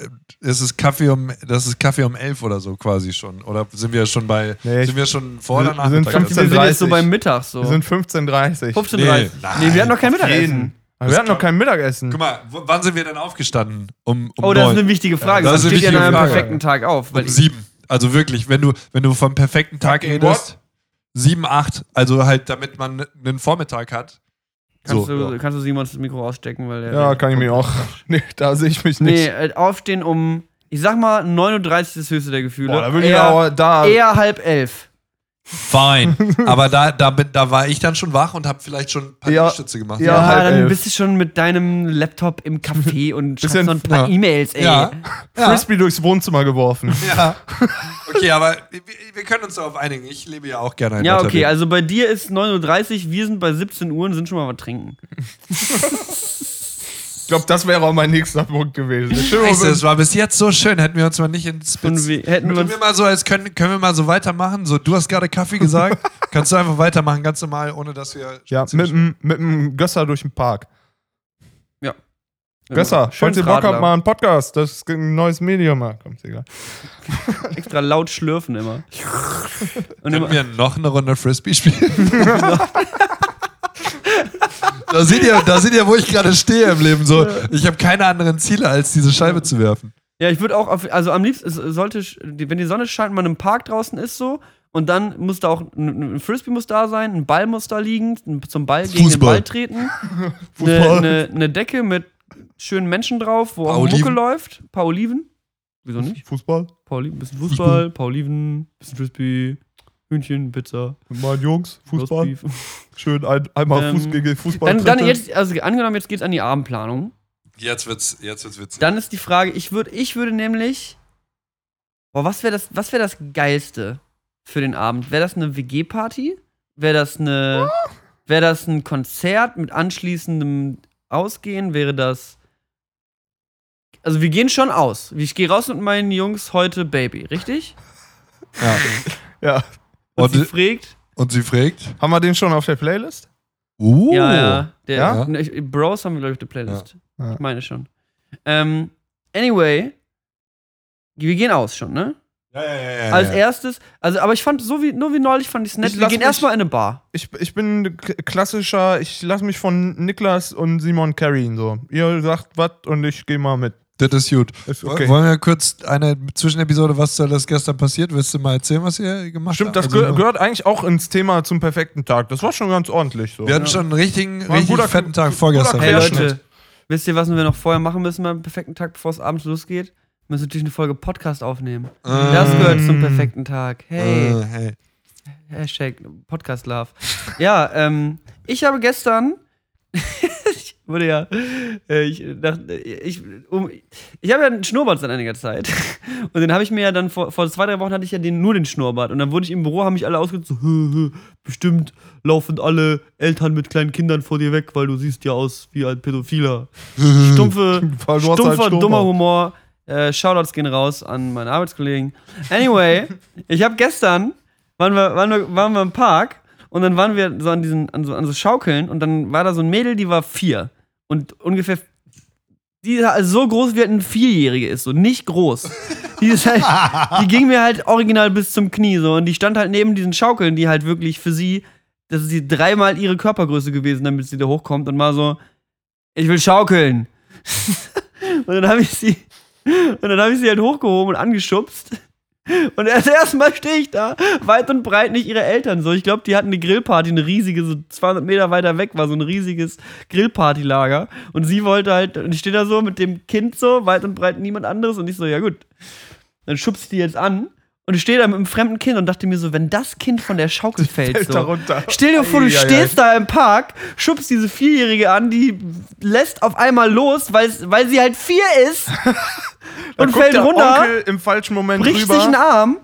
S1: Es ist Kaffee um, das ist Kaffee um elf oder so quasi schon. Oder sind wir schon bei,
S3: Nee, ich-
S1: sind wir schon vor oder
S3: wir
S1: Nachmittag?
S3: sind
S2: Wir sind jetzt so
S3: 15:30.
S2: beim Mittag so.
S3: Wir sind 15.30 Uhr.
S2: 15.30
S1: Nee,
S2: Nee, wir hatten noch kein Mittagessen.
S3: Aber Ah, wir hatten noch kein Mittagessen.
S1: Guck mal, wo- wann sind wir denn aufgestanden? Um, um
S2: Oh, das ist
S1: neun.
S2: eine wichtige Frage.
S1: Ja, das ist
S2: das
S1: eine
S2: steht ja an
S1: wichtige
S2: einem
S1: Frage.
S2: perfekten Tag auf. Weil
S1: um sieben. Also wirklich, wenn du, wenn du vom perfekten Tag
S3: Fucking
S1: redest, sieben, acht, also halt, damit man einen Vormittag hat.
S2: kannst,
S1: So,
S2: du, kannst du Simon das Mikro ausstecken, weil der
S3: Ja, kann
S2: *laughs*
S3: ich mir auch. *laughs* Nee, da sehe ich mich
S2: Nee,
S3: nicht.
S2: äh, aufstehen um, ich sag mal, 9.30 Uhr ist das höchste der Gefühle.
S3: Boah, da würde ich
S2: eher,
S3: aber da.
S2: eher halb elf.
S1: Fine. *laughs* Aber da, da, bin- da war ich dann schon wach und habe vielleicht schon ein paar
S3: Ja.
S1: Liegestütze gemacht.
S3: Ja,
S2: Ah,
S3: halb
S2: dann
S3: elf.
S2: bist du schon mit deinem Laptop
S1: *laughs*
S2: im Café und schreibst
S3: Bisschen-
S2: noch ein paar
S1: ja.
S2: E-Mails, ey.
S1: Ja. Ja.
S3: Frisbee durchs Wohnzimmer geworfen.
S1: ja. Okay, aber wir, wir können uns darauf einigen. Ich lebe ja auch gerne ein
S2: Ja, okay,
S1: Natterleben.
S2: also bei dir ist 9.30 Uhr, wir sind bei 17 Uhr und sind schon mal was trinken.
S3: Ich glaube, das wäre auch mein nächster Punkt gewesen. Schön,
S1: Scheiße, es war bis jetzt so schön. Hätten wir uns mal nicht ins
S2: Und wir, hätten wir
S1: Tun
S2: uns
S1: wir mal so, als können, können wir mal so weitermachen. So, du hast gerade Kaffee
S3: *laughs*
S1: gesagt. Kannst du einfach weitermachen, ganz normal, ohne dass wir.
S3: ja, mit dem mit dem Gösser durch den Park. Gösser, falls ihr Bock habt, mal einen Podcast. Das ist ein neues Medium. Ah, Kommt egal.
S2: extra laut
S1: *laughs*
S2: schlürfen immer. Und
S1: Können
S2: immer
S1: wir noch eine Runde Frisbee spielen? *laughs* da, seht ihr, da seht ihr, wo ich gerade stehe im Leben. So, ich habe keine anderen Ziele, als diese Scheibe zu werfen.
S2: ja, ich würde auch, auf, also am liebsten, es sollte, sch- die- wenn die Sonne scheint, man im Park draußen ist so. Und dann muss da auch ein, ein Frisbee muss da sein, ein Ball muss da liegen, ein- zum Ball gegen den
S1: Fußball.
S2: Ball treten, eine,
S3: Fußball.
S2: eine, eine Decke mit schönen Menschen drauf, wo
S1: Paar
S2: auch Mucke
S1: Oliven.
S2: läuft, ein paar Oliven. Wieso nicht?
S3: Hm? Fußball?
S2: Ein paar Oliven, bisschen Fußball, ein paar Oliven, bisschen Frisbee, Hühnchen, Pizza,
S3: Mal Jungs, Fußball.
S2: Roastbeef.
S3: Schön ein, einmal
S2: Ähm,
S3: Fuß gegen Fußball.
S2: Dann, dann
S3: Tritte.
S2: jetzt, also angenommen, jetzt geht's an die Abendplanung.
S1: Jetzt wird's, jetzt wird's witzig.
S2: Dann ist die Frage, ich würde ich würde nämlich Boah, was wäre das was wäre das geilste für den Abend? Wäre das eine WG Party? Wäre das eine wäre das ein Konzert mit anschließendem Ausgehen? Wäre das Also wir gehen schon aus. Ich gehe raus mit meinen Jungs heute Baby, richtig?
S1: Ja.
S3: Ja.
S2: Und, sie
S1: Und,
S2: fragt,
S1: und sie fragt.
S3: Haben wir den schon auf der Playlist?
S1: Uh,
S2: ja, ja, der
S1: Ja?
S2: Ne, ich- Bros haben wir glaube ich auf der Playlist.
S3: Ja. Ja.
S2: Ich meine schon. Ähm Anyway, wir gehen aus schon, ne?
S1: Ja, ja, ja.
S2: Als erstes, also, aber ich fand, so wie, nur wie neulich fand ich's nett.
S3: Ich
S2: wir
S3: lass
S2: gehen
S3: mich-
S2: erstmal in eine Bar.
S3: Ich, ich bin k- klassischer, ich lasse mich von Niklas und Simon carryen. So. Ihr sagt was und ich gehe mal mit.
S1: Das ist gut.
S3: Ist
S1: W- Wollen wir kurz eine Zwischenepisode, was soll das gestern passiert? Willst du mal erzählen, was ihr gemacht
S3: Stimmt, das
S1: habt? Also,
S3: gehö- gehört eigentlich auch ins Thema zum perfekten Tag. Das war schon ganz ordentlich so.
S1: Wir hatten schon einen richtigen,
S3: War ein
S1: richtig
S3: guter-
S1: fetten Tag
S3: guter
S1: vorgestern.
S2: Hey
S3: Querschnitt.
S2: Leute, wisst ihr, was wir noch vorher machen müssen beim perfekten Tag, bevor es abends losgeht? Wir müssen natürlich eine Folge Podcast aufnehmen.
S1: Ah.
S2: Das gehört zum perfekten Tag. Hey,
S1: Äh, hey.
S2: Hashtag Podcast Love. Ja, ähm, ich habe gestern. *laughs* ich wurde ja. Äh, ich, dachte, ich, um, ich habe ja einen Schnurrbart seit einiger Zeit. Und den habe ich mir ja dann vor, vor zwei, drei Wochen hatte ich ja den, nur den Schnurrbart. Und dann wurde ich im Büro, haben mich alle ausgedacht, so, hö, hö, bestimmt laufen alle Eltern mit kleinen Kindern vor dir weg, weil du siehst ja aus wie ein
S3: *laughs*
S2: Pädophiler. Stumpfe,
S3: Weil du hast halt
S2: stumpfer,
S3: Schnurrbart.
S2: dummer Humor. Äh, Shoutouts gehen raus an meine Arbeitskollegen. Anyway, ich habe gestern, waren wir, waren, wir, waren wir im Park und dann waren wir so an diesen, an so, an so Schaukeln und dann war da so ein Mädel, die war vier und ungefähr die ist halt so groß wie halt ein Vierjährige ist, so nicht groß. Die, ist halt, die ging mir halt original bis zum Knie so und die stand halt neben diesen Schaukeln, die halt wirklich für sie, das ist sie dreimal ihre Körpergröße gewesen, damit sie da hochkommt und mal so, ich will schaukeln. *laughs* und dann habe ich sie, und dann habe ich sie halt hochgehoben und angeschubst. Und erst erstmal stehe ich da, weit und breit nicht ihre Eltern so. Ich glaube, die hatten eine Grillparty, eine riesige, so 200 Meter weiter weg war so ein riesiges Grillpartylager. Und sie wollte halt, und ich stehe da so mit dem Kind so, weit und breit niemand anderes. Und ich so, ja gut, dann schubst die jetzt an. Und ich stehe da mit einem fremden Kind und dachte mir so, wenn das Kind von der Schaukel fällt,
S3: Fällt
S2: so,
S3: da runter.
S2: Stell dir vor, du
S3: Eieiei.
S2: stehst da im Park, schubst diese Vierjährige an, die lässt auf einmal los, weil's- weil sie halt vier ist
S3: *laughs* Da
S2: und
S3: guckt
S2: fällt
S3: der
S2: runter,
S3: Onkel im falschen Moment
S2: bricht
S3: rüber.
S2: sich einen Arm,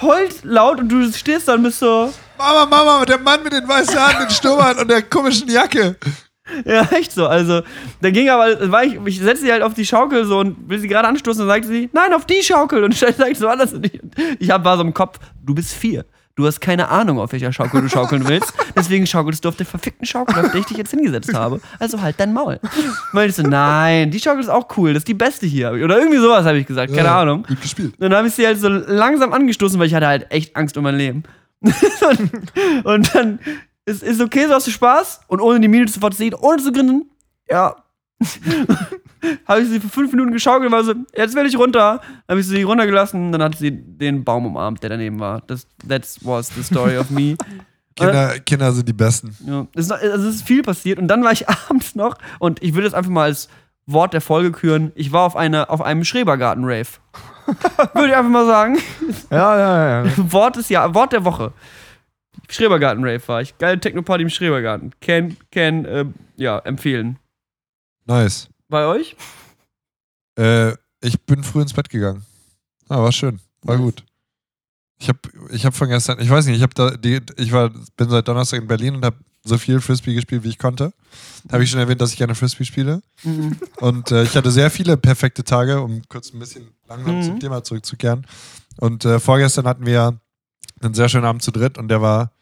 S2: heult laut und du stehst da und bist so,
S1: Mama, Mama, der Mann mit den weißen Haaren, den Schnurrbart und der komischen Jacke.
S2: *laughs* ja echt so. Also, dann ging aber, war ich, ich setze sie halt auf die Schaukel so und will sie gerade anstoßen und sagt sie, nein, auf die Schaukel und *laughs* dann sagt so anders. Und ich, ich hab, war so im Kopf, du bist vier. Du hast keine Ahnung, auf welcher Schaukel du schaukeln willst. Deswegen schaukelst du auf der verfickten Schaukel, auf der ich dich jetzt hingesetzt habe. Also halt dein Maul. Meinst du, nein, die Schaukel ist auch cool, das ist die beste hier. Oder irgendwie sowas habe ich gesagt, keine
S1: Ja,
S2: Ahnung.
S1: Gut gespielt.
S2: Und dann habe ich sie halt so langsam angestoßen, weil ich hatte halt echt Angst um mein Leben. *laughs* und, und dann ist, ist okay, so hast du Spaß und ohne die Miene zu verziehen, ohne zu grinsen, ja. *laughs* habe ich sie für fünf Minuten geschaukelt, war so, jetzt werde ich runter. Dann habe ich sie runtergelassen, dann hat sie den Baum umarmt, der daneben war. Das that was the story of me.
S1: Kinder, Kinder sind die Besten.
S2: Ja, es ist, noch- also es ist viel passiert und dann war ich *laughs* abends noch und ich würde es einfach mal als Wort der Folge küren. Ich war auf einer auf einem Schrebergarten Rave. *laughs* würde ich einfach mal sagen.
S3: Ja, ja, ja.
S2: Wort des Jahr, Wort der Woche. Schrebergarten Rave war ich. Geile Technoparty im Schrebergarten. Can can äh, ja, empfehlen.
S1: Nice.
S2: Bei euch?
S1: Äh, ich bin früh ins Bett gegangen. Ah, war schön. War gut. Ich habe ich hab von gestern, ich weiß nicht, ich habe da die, ich war bin seit Donnerstag in Berlin und habe so viel Frisbee gespielt, wie ich konnte. Habe ich schon erwähnt, dass ich gerne Frisbee spiele.
S2: Mhm.
S1: Und äh, ich hatte sehr viele perfekte Tage, um kurz ein bisschen langsam
S2: Mhm.
S1: zum Thema zurückzukehren. Und äh, vorgestern hatten wir ja einen sehr schönen Abend zu dritt und der war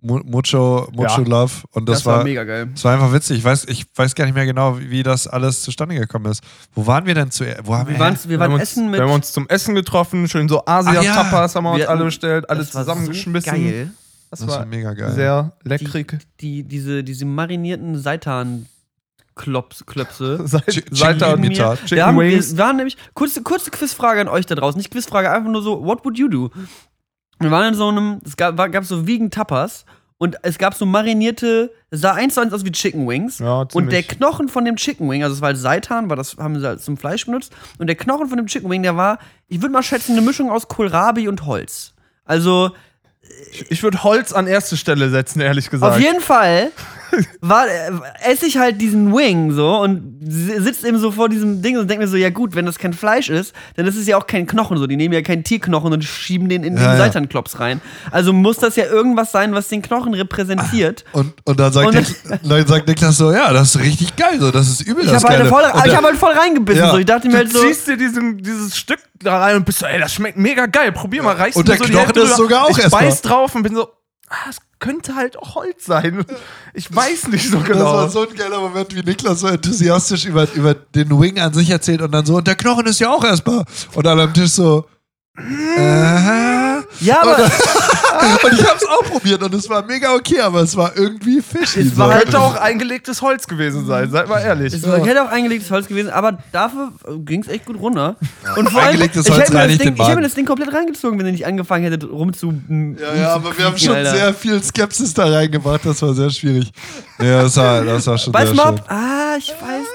S1: mu- mucho, mucho
S3: Ja.
S1: love. Und das, war,
S2: mega geil.
S1: Es war einfach witzig. Ich weiß, ich weiß gar nicht mehr genau, wie, wie das alles zustande gekommen ist. Wo waren wir denn zuerst? Wo haben
S2: Wir,
S1: wir
S2: waren- wir
S3: Wir
S2: waren
S3: haben, uns,
S2: essen mit
S3: wir haben uns zum Essen getroffen, schön so
S1: Ach ja.
S3: Asia-Tapas haben wir uns
S2: Wir hatten-
S3: alle bestellt, alles
S2: Das war so
S3: zusammengeschmissen.
S2: Geil.
S3: das
S1: das war
S3: war
S1: mega geil.
S3: sehr leckrig.
S2: Die, diese, diese marinierten Seitan Klops, Klöpse.
S3: *laughs*
S1: Chi-
S3: Seit,
S1: Chicken
S3: seit da
S1: Wings. Imitat.
S2: Mir, wir,
S3: Chicken
S2: haben,
S3: Wings.
S2: wir waren nämlich, kurze, kurze Quizfrage an euch da draußen, nicht Quizfrage, einfach nur so, what would you do? Wir waren in so einem, es gab, war, gab so vegan Tapas und es gab so marinierte, sah eins zu eins aus wie Chicken Wings.
S3: Ja,
S2: und
S3: ziemlich.
S2: der Knochen von dem Chicken Wing, also es war halt Seitan, war das haben sie halt zum Fleisch benutzt. Und der Knochen von dem Chicken Wing, der war, ich würde mal schätzen, eine Mischung aus Kohlrabi und Holz. Also
S3: Ich würde Holz an erste Stelle setzen, ehrlich gesagt.
S2: auf jeden Fall war, äh, esse ich halt diesen Wing so und si- sitzt eben so vor diesem Ding und denke mir so, ja gut, wenn das kein Fleisch ist, dann ist es ja auch kein Knochen so. Die nehmen ja keinen Tierknochen und schieben den in
S1: Ja,
S2: den
S1: ja.
S2: Seittanklops rein. Also muss das ja irgendwas sein, was den Knochen repräsentiert.
S1: Und, und dann sagt,
S2: Und-
S1: Nik- dann sagt Niklas so, ja, das ist richtig geil, so, das ist übel
S2: Ich
S1: das
S2: habe
S1: Geile.
S2: halt voll,
S1: Und
S2: ich
S1: der-
S2: hab halt voll reingebissen.
S1: Ja.
S2: So. Ich dachte mir halt
S3: Du
S2: so,
S3: ziehst dir diesen, dieses Stück da rein und bist so, ey, das schmeckt mega geil. Probier mal, reichst
S1: Und
S3: mir
S1: der
S3: so die
S1: Knochen
S3: Hälfte
S1: ist
S3: drüber.
S1: sogar auch
S3: Ich
S1: erst mal.
S3: beiß drauf und bin so, ah, es könnte halt auch Holz sein. *laughs* Ich weiß nicht so
S1: Das
S3: genau.
S1: war so ein geiler Moment, wie Niklas so enthusiastisch über, über den Wing an sich erzählt und dann so, und der Knochen ist ja auch erstmal. Und alle am Tisch so, äh,
S2: Ja, aber
S1: und ich hab's auch probiert und es war mega okay, aber es war irgendwie fishy.
S3: es
S1: so.
S3: war
S2: halt
S3: könnte auch eingelegtes Holz gewesen sein, seid mal ehrlich.
S2: es war- hätte auch eingelegtes Holz gewesen, aber dafür ging es echt gut runter. Und vor
S1: Eingelegtes
S2: ich
S1: Holz
S2: hätte mir, das
S1: reinigt
S2: Ding-
S1: den
S2: ich hätte mir
S1: Magen.
S2: das Ding komplett reingezogen, wenn ihr nicht angefangen hättet, rumzu.
S1: Ja, ja, aber wir haben schon
S2: Alter.
S1: sehr viel Skepsis da reingebracht, das war sehr schwierig. Ja, das war, das war schon
S2: Beiß
S1: sehr
S2: mal
S1: schön.
S2: ab. Ah, ich weiß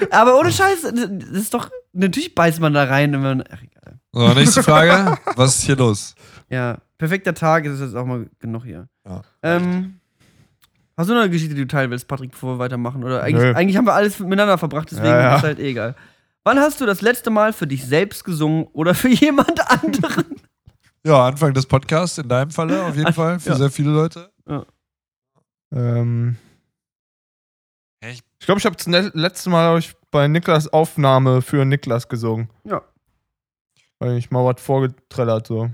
S2: nicht. Aber ohne Scheiß, das ist doch. Natürlich beißt man da rein, wenn man. Ach, egal.
S1: So, nächste *laughs* Frage, was ist hier los?
S2: Ja, perfekter Tag ist es jetzt auch mal genug hier.
S1: Ja.
S2: Ähm, hast du noch eine Geschichte, die du teilen willst, Patrick, bevor wir weitermachen? Oder
S3: Nö.
S2: eigentlich, eigentlich haben wir alles miteinander verbracht, deswegen
S3: Ja, ja.
S2: ist halt eh egal. Wann hast du das letzte Mal für dich selbst gesungen oder *laughs* für jemand anderen?
S1: Ja, Anfang des Podcasts, in deinem Falle auf jeden Fall, für
S2: Ja.
S1: sehr viele Leute.
S3: Ähm,
S1: Echt?
S3: ich glaube, ich habe das le- letzte Mal glaub ich, bei Niklas Aufnahme für Niklas gesungen.
S2: Ja.
S3: Weil ich mal was vorgetrellert so.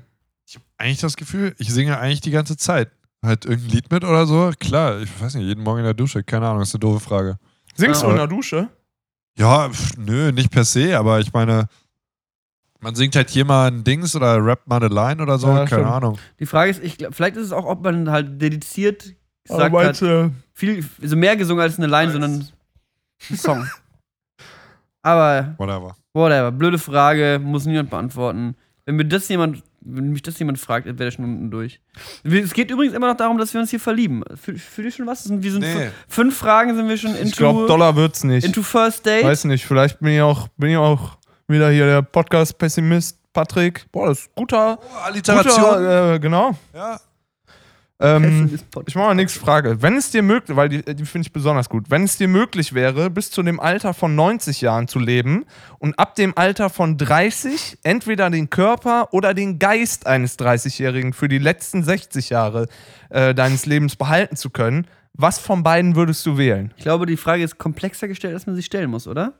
S1: Ich habe eigentlich das Gefühl, ich singe eigentlich die ganze Zeit. Halt irgendein Lied mit oder so? Klar, ich weiß nicht, jeden Morgen in der Dusche, keine Ahnung, ist eine doofe Frage.
S3: Singst
S2: Ja.
S3: du in der Dusche?
S1: Ja, pf, nö, nicht per se, aber ich meine, man singt halt hier mal ein Dings oder rappt mal eine Line oder so,
S3: Ja,
S1: keine
S3: stimmt.
S1: Ahnung.
S2: Die Frage ist, ich, glaub, vielleicht ist es auch, ob man halt dediziert
S3: Oder
S2: gesagt
S3: meinst
S2: hat,
S3: du-
S2: viel, also mehr gesungen als eine Line,
S3: Als-
S2: sondern ein Song. Aber
S1: Whatever.
S2: whatever, blöde Frage, muss niemand beantworten. Wenn mir das jemand, wenn mich das jemand fragt, wäre ich schon unten durch. Wir- Es geht übrigens immer noch darum, dass wir uns hier verlieben. Fühl- Fühl ich schon was? Das Sind, wir sind
S1: Nee.
S2: fün- fünf Fragen sind wir schon
S3: Ich glaube,
S2: into,
S3: Dollar wird's nicht.
S2: into First Date.
S3: Weiß nicht, vielleicht bin ich auch, bin ich auch wieder hier der Podcast-Pessimist Patrick. Boah, das ist guter,
S1: Alliteration.
S3: guter äh, genau.
S1: Ja. hm.
S3: Ähm,
S2: Pessimist-Podcast.
S3: ich mache mal nächste Frage. Wenn es dir möglich, weil die, die finde ich besonders gut, wenn es dir möglich wäre, bis zu dem Alter von 90 Jahren zu leben und ab dem Alter von 30 entweder den Körper oder den Geist eines 30-Jährigen für die letzten 60 Jahre äh, deines Lebens behalten zu können, was von beiden würdest du wählen?
S2: Ich glaube, die Frage ist komplexer gestellt, als man sie stellen muss, oder?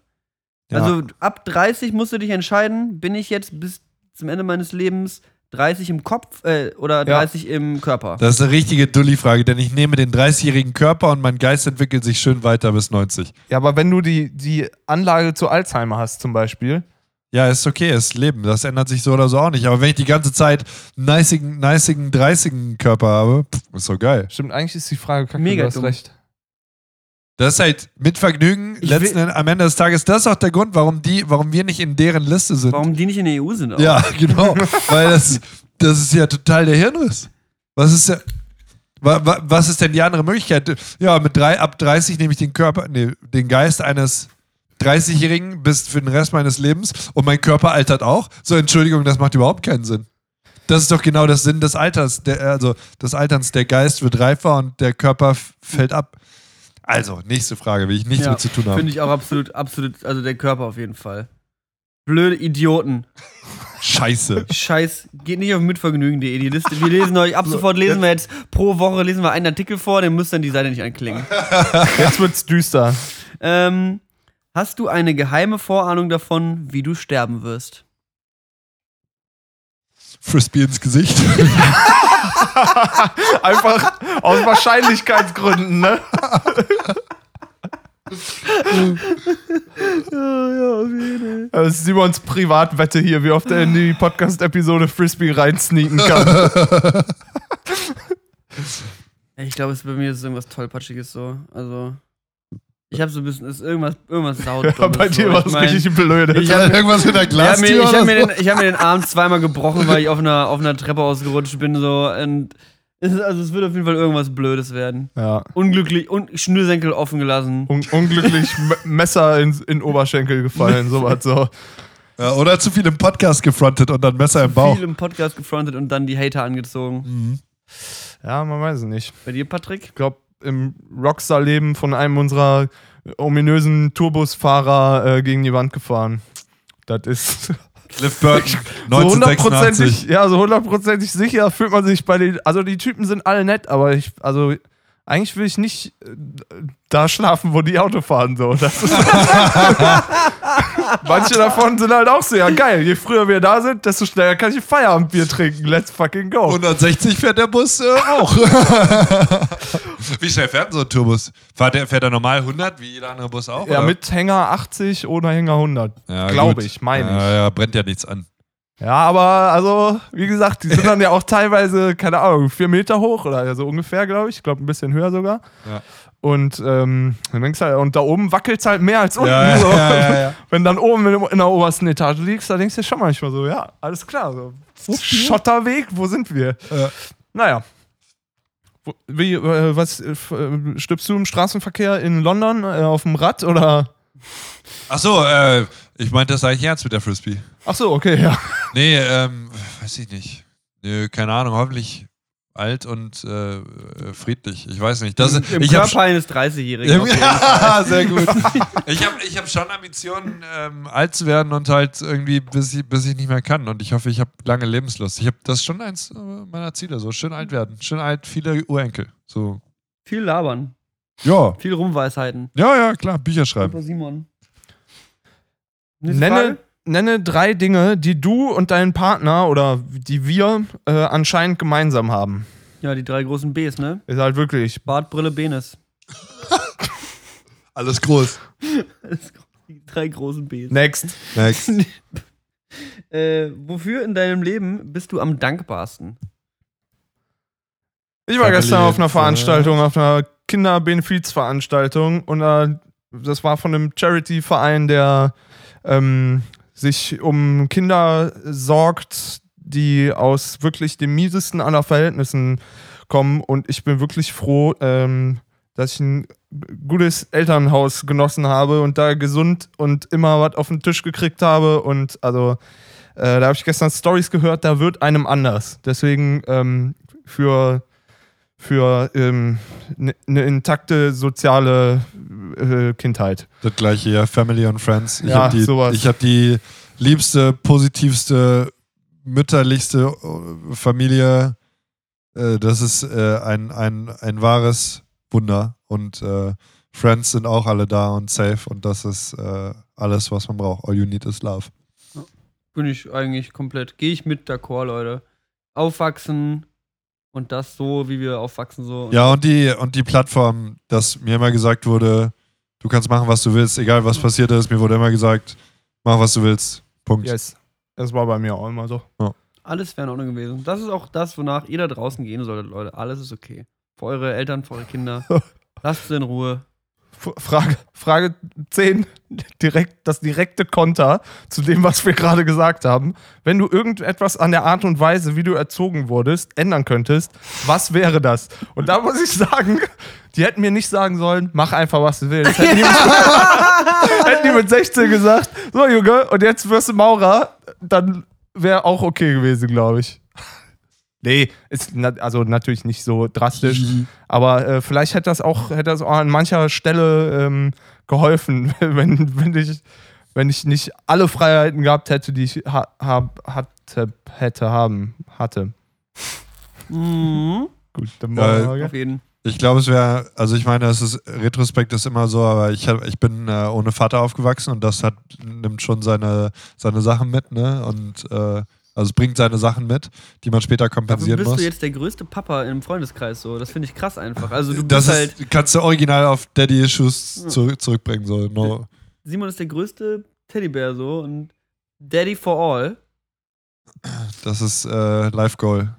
S1: Ja.
S2: Also ab 30 musst du dich entscheiden, bin ich jetzt bis zum Ende meines Lebens 30 im Kopf äh, oder 30 im Körper?
S1: Das ist eine richtige Dulli-Frage, denn ich nehme den 30-jährigen Körper und mein Geist entwickelt sich schön weiter bis 90.
S3: Ja, aber wenn du die, die Anlage zu Alzheimer hast zum Beispiel,
S1: Ja, ist okay, ist Leben. Das ändert sich so oder so auch nicht. Aber wenn ich die ganze Zeit einen niceigen, niceigen 30 Körper habe, pff, ist so geil.
S3: Stimmt, eigentlich ist die Frage kacke,
S2: Mega
S3: du hast
S2: dumm.
S3: recht.
S1: Das ist halt mit Vergnügen,
S2: Ich
S1: letzten
S2: will-
S1: Endes, am Ende des Tages, das ist auch der Grund, warum die, warum wir nicht in deren Liste sind.
S2: Warum die nicht in der EU sind? auch.
S1: Ja, *laughs* genau. Weil das, das ist ja total der Hirnriss. Was ist ja. wa- wa- Was ist denn die andere Möglichkeit? Ja, mit drei, ab 30 nehme ich den Körper, nee, den Geist eines 30-Jährigen bis für den Rest meines Lebens und mein Körper altert auch. So, Entschuldigung, das macht überhaupt keinen Sinn. Das ist doch genau das Sinn des Alters, der, also des Alterns. Der Geist wird reifer und der Körper f- fällt ab. Also, nächste Frage, will ich nichts mit zu tun haben.
S2: Finde ich auch absolut, absolut, also der Körper auf jeden Fall. Blöde Idioten.
S1: Scheiße.
S2: Scheiß, geht nicht auf mitvergnügen.de. Die Liste, wir lesen euch, ab sofort lesen wir jetzt pro Woche lesen wir einen Artikel vor, den müsst ihr an die Seite nicht anklingen.
S3: *laughs* Jetzt wird's düster.
S2: ähm, hast du eine geheime Vorahnung davon, wie du sterben wirst?
S1: Frisbee ins Gesicht.
S3: Einfach aus Wahrscheinlichkeitsgründen, ne?
S2: Ja, ja, auf jeden Fall.
S3: Das ist Äh, Simons Privatwette hier, wie oft er in die Podcast-Episode Frisbee reinsneaken *laughs* kann.
S2: Ich glaube, es bei mir ist irgendwas tollpatschiges so. Also, ich habe so ein bisschen, ist irgendwas, irgendwas saudummes.
S3: Ja, bei dir
S2: so.
S3: war's
S2: Ich mein,
S3: richtig blöde.
S2: ich
S1: *laughs*
S2: hab-
S1: Irgendwas mit der
S2: Ich habe mir,
S1: Glastür
S2: ich
S1: oder
S2: hab
S1: so.
S2: mir, den- ich hab mir den Arm zweimal gebrochen, weil ich auf einer, auf einer Treppe ausgerutscht bin. So. Und es, ist- also es wird auf jeden Fall irgendwas Blödes werden.
S3: Ja.
S2: Unglücklich und Schnürsenkel offen gelassen.
S3: Un unglücklich Me- Messer in, in Oberschenkel gefallen, sowas so.
S1: Ja, oder zu viel im Podcast gefrontet und dann Messer im Bauch.
S2: Viel im Podcast gefrontet und dann die Hater angezogen.
S3: Ja, man weiß es nicht.
S2: Bei dir, Patrick?
S3: Ich glaube, im Rockstar-Leben von einem unserer ominösen Tourbusfahrer äh, gegen die Wand gefahren. Das ist *laughs*
S1: Cliff Burton,
S3: So hundertprozentig,
S1: 1986.
S3: ja, so hundertprozentig sicher fühlt man sich bei den. Also die Typen sind alle nett, aber ich, also eigentlich will ich nicht äh, da schlafen, wo die Auto fahren so. Das ist *laughs* Manche davon sind halt auch so, ja geil, je früher wir da sind, desto schneller kann ich ein Feierabendbier trinken. Let's fucking go.
S1: 160 fährt der Bus äh,
S3: *laughs*
S1: auch. wie schnell fährt denn so ein Tourbus? Fährt der, fährt der normal 100, wie jeder andere Bus auch?
S3: ja,
S1: oder?
S3: mit Hänger 80, ohne Hänger 100.
S1: Ja,
S3: Glaube
S1: gut.
S3: ich, meine ich.
S1: Ja, ja, brennt ja nichts an.
S3: Ja, aber also, wie gesagt, die sind dann ja auch teilweise, keine Ahnung, vier Meter hoch oder so ungefähr, glaube ich. Ich glaube, ein bisschen höher sogar.
S1: Ja.
S3: Und, ähm, dann denkst du halt, und da oben wackelt es halt mehr als unten.
S1: Ja, ja,
S3: so.
S1: ja, ja, ja.
S3: Wenn dann oben in in der obersten Etage liegst, da denkst du dir schon manchmal so, ja, alles klar. So. Schotterweg, wo sind wir?
S1: Ja.
S3: Naja. Wo- Wie, äh, was, äh, f- äh, stirbst du im Straßenverkehr in London äh, auf dem Rad oder?
S1: Ach so, äh, ich meinte das eigentlich ernst mit der Frisbee.
S3: Ach so, okay, ja.
S1: Nee, ähm, weiß ich nicht. Nö, keine Ahnung, hoffentlich alt und äh, äh, friedlich. Ich weiß nicht. Das, ist-
S2: Im
S1: ich hab
S2: Körper eines 30-Jährigen. auf jeden Fall.
S1: *laughs* Ja, sehr gut. Ich habe ich hab schon Ambitionen, ähm, alt zu werden und halt irgendwie, bis ich, bis ich nicht mehr kann. Und ich hoffe, ich habe lange Lebenslust. Ich habe das ist schon eins äh, meiner Ziele, so schön alt werden. Schön alt, viele Urenkel. So.
S2: *laughs* Viel labern,
S1: Ja.
S2: viel Rumweisheiten.
S1: Ja, ja, klar, Bücher schreiben.
S2: Super Simon. Nächste
S3: Nenne,
S2: Frage?
S3: nenne drei Dinge, die du und dein Partner oder die wir äh, anscheinend gemeinsam haben.
S2: Ja, die drei großen Bs, ne?
S3: Ist halt wirklich.
S2: Bart, Brille, Benes.
S1: Alles groß.
S2: Die drei großen Bs.
S3: Next.
S1: Next.
S2: *laughs* Äh, wofür in deinem Leben bist du am dankbarsten?
S3: Ich war
S1: Family
S3: gestern auf einer
S1: Info.
S3: Veranstaltung, auf einer Kinderbenefizveranstaltung und äh, das war von einem Charity-Verein, der ähm, sich um Kinder sorgt, die aus wirklich den miesesten aller Verhältnissen kommen und ich bin wirklich froh, ähm, dass ich ein gutes Elternhaus genossen habe und da gesund und immer was auf den Tisch gekriegt habe und also äh, da habe ich gestern Stories gehört, da wird einem anders. Deswegen ähm, für für eine intakte soziale äh, Kindheit.
S1: Das gleiche, ja, Family und Friends. Ich
S3: Ja,
S1: hab die,
S3: sowas.
S1: Ich habe die liebste, positivste, mütterlichste äh, Familie. Äh, Das ist äh, ein, ein, ein wahres Wunder. Und äh, Friends sind auch alle da und safe. Und das ist äh, alles, was man braucht. All you need is love.
S2: Bin ich eigentlich komplett. Gehe ich mit d'accord, Leute. Aufwachsen und das so, wie wir aufwachsen, so.
S1: Ja, und die, und die Plattform, dass mir immer gesagt wurde, du kannst machen, was du willst, egal was passiert ist. Mir wurde immer gesagt, mach, was du willst. Punkt.
S3: Yes. Das war bei mir auch immer so.
S2: Alles wäre in Ordnung gewesen. Das ist auch das, wonach ihr da draußen gehen solltet, Leute. Alles ist okay. Für eure Eltern, für
S1: *laughs*
S2: eure Kinder. Lasst sie in Ruhe.
S3: F Frage, Frage 10, direkt, das direkte Konter zu dem, was wir gerade gesagt haben. Wenn du irgendetwas an der Art und Weise, wie du erzogen wurdest, ändern könntest, was wäre das? Und da muss ich sagen, die hätten mir nicht sagen sollen, mach einfach, was du willst. Hätten die mit, *laughs* hätten die mit 16 gesagt, so Junge, und jetzt wirst du Maurer, dann wäre auch okay gewesen, glaube ich. Nee, ist na also natürlich nicht so drastisch. Aber äh, vielleicht hätte das auch, hätte das auch an mancher Stelle ähm, geholfen, *laughs* wenn, wenn, ich, wenn ich nicht alle Freiheiten gehabt hätte, die ich ha hab, hatte, hätte haben, hatte.
S2: Mhm.
S3: Gut, dann
S1: Äh,
S3: machen wir
S2: Auf jeden
S1: Ich glaube, es wäre, also ich meine, es ist Retrospekt ist immer so, aber ich hab, ich bin äh, ohne Vater aufgewachsen und das hat nimmt schon seine seine Sachen mit, ne? Und äh, also es bringt seine Sachen mit, die man später
S2: Dafür
S1: kompensieren
S2: bist
S1: muss.
S2: du jetzt der größte Papa im Freundeskreis so. Das finde ich krass einfach. Also du
S1: das
S2: bist
S1: ist,
S2: halt. Hm.
S1: kannst du original auf Daddy Issues zurück, zurückbringen so. No.
S2: Simon ist der größte Teddybär so und Daddy for all.
S1: Das ist äh, Life Goal,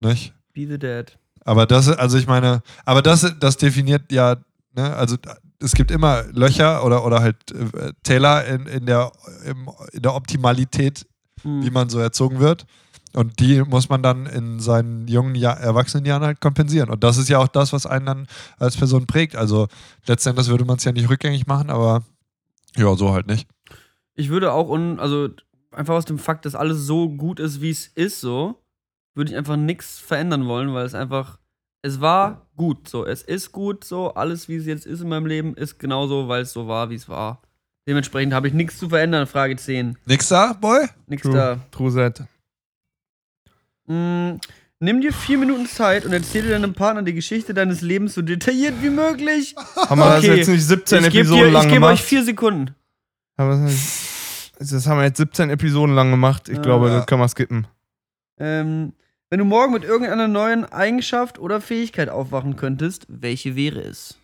S1: nicht?
S2: Be the dad.
S1: Aber das, also ich meine, aber das, das definiert ja, ne, also es gibt immer Löcher oder, oder halt äh, Täler in, in, der, im, in der Optimalität
S3: Mhm.
S2: Hm.
S1: wie man so erzogen wird. Und die muss man dann in seinen jungen ja Erwachsenenjahren halt kompensieren. Und das ist ja auch das, was einen dann als Person prägt. Also letztendlich würde man es ja nicht rückgängig machen, aber ja, so halt nicht.
S2: Ich würde auch un, also einfach aus dem Fakt, dass alles so gut ist, wie es ist, so, würde ich einfach nichts verändern wollen, weil es einfach, es war gut so. Es ist gut so. Alles, wie es jetzt ist in meinem Leben, ist genauso, weil es so war, wie es war. Dementsprechend habe ich nichts zu verändern, Frage 10.
S1: Nix da, Boy?
S2: Nix da.
S3: True, true that.
S2: Mm, nimm dir vier Minuten Zeit und erzähle deinem Partner die Geschichte deines Lebens so detailliert wie möglich.
S3: Haben wir
S2: Ah, Okay.
S3: das jetzt nicht 17
S2: Ich gebe
S3: Episoden
S2: dir-
S3: lang
S2: ich gebe euch
S3: gemacht?
S2: vier Sekunden.
S3: Haben wir das nicht- Das haben wir jetzt 17 Episoden lang gemacht. Ich
S2: Ja.
S3: glaube,
S1: Ja.
S3: das können wir skippen.
S2: Ähm, wenn du morgen mit irgendeiner neuen Eigenschaft oder Fähigkeit aufwachen könntest, welche wäre es?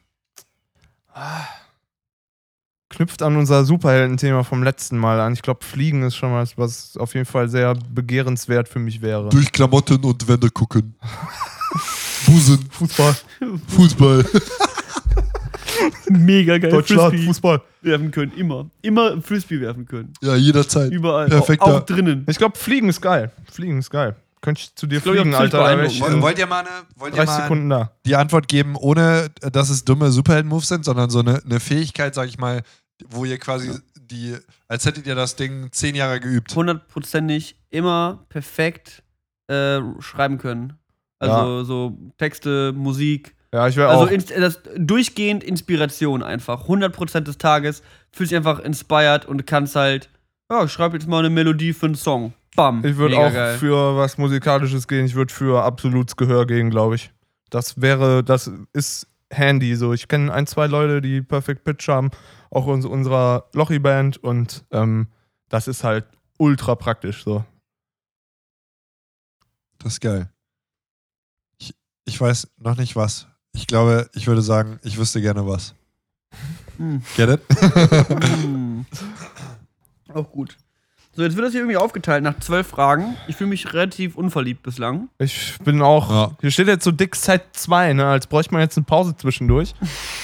S3: Knüpft an unser Superhelden-Thema vom letzten Mal an. Ich glaube, Fliegen ist schon was, was auf jeden Fall sehr begehrenswert für mich wäre.
S1: Durch Klamotten und Wände
S3: *laughs*
S1: gucken. Busen,
S3: Fußball,
S1: Fußball.
S2: *laughs*
S1: *laughs*
S2: Mega geil.
S3: Fußball.
S2: werfen können, immer. Immer Frisbee werfen können.
S1: Ja, jederzeit.
S2: Überall.
S1: Perfekter.
S2: Auch, auch drinnen.
S3: Ich glaube, Fliegen ist geil. Fliegen ist geil. Könnte ich zu dir
S2: glaub, ich
S3: fliegen,
S2: hab ziemlich
S3: Alter. Da wär
S2: beeindruckt.
S3: ich
S1: Woll-
S3: in
S1: Wollt ihr mal, eine, wollt ihr
S3: 30
S1: mal
S3: Sekunden da.
S1: die Antwort geben, ohne dass es dumme Superhelden-Moves sind, sondern so eine, eine Fähigkeit, sag ich mal, wo ihr quasi die, als hättet ihr das Ding zehn Jahre geübt.
S2: Hundertprozentig immer perfekt äh, schreiben können. Also so Texte, Musik.
S3: Ja, ich wäre
S2: Also
S3: auch.
S2: ins, das, durchgehend Inspiration einfach. 100% des Tages fühlst dich einfach inspired und kannst halt, ja, ich schreibe jetzt mal eine Melodie für einen Song. Bam.
S3: Ich würde
S2: Mega
S3: auch
S2: geil.
S3: für was Musikalisches gehen. Ich würde für absolutes Gehör gehen, glaube ich. Das wäre, das ist handy so. Ich kenne ein, zwei Leute, die Perfect Pitch haben, auch uns, unserer Lochi-Band und ähm, das ist halt ultra praktisch so.
S1: Das ist geil. Ich, ich weiß noch nicht was. Ich glaube, ich würde sagen, ich wüsste gerne was.
S2: Hm.
S1: Get it?
S2: Hm. *laughs* Auch gut. So, jetzt wird das hier irgendwie aufgeteilt nach zwölf Fragen. Ich fühle mich relativ unverliebt bislang.
S3: Ich bin auch,
S1: Ja.
S3: hier steht jetzt so dick Zeit 2, ne? als bräuchte man jetzt eine Pause zwischendurch.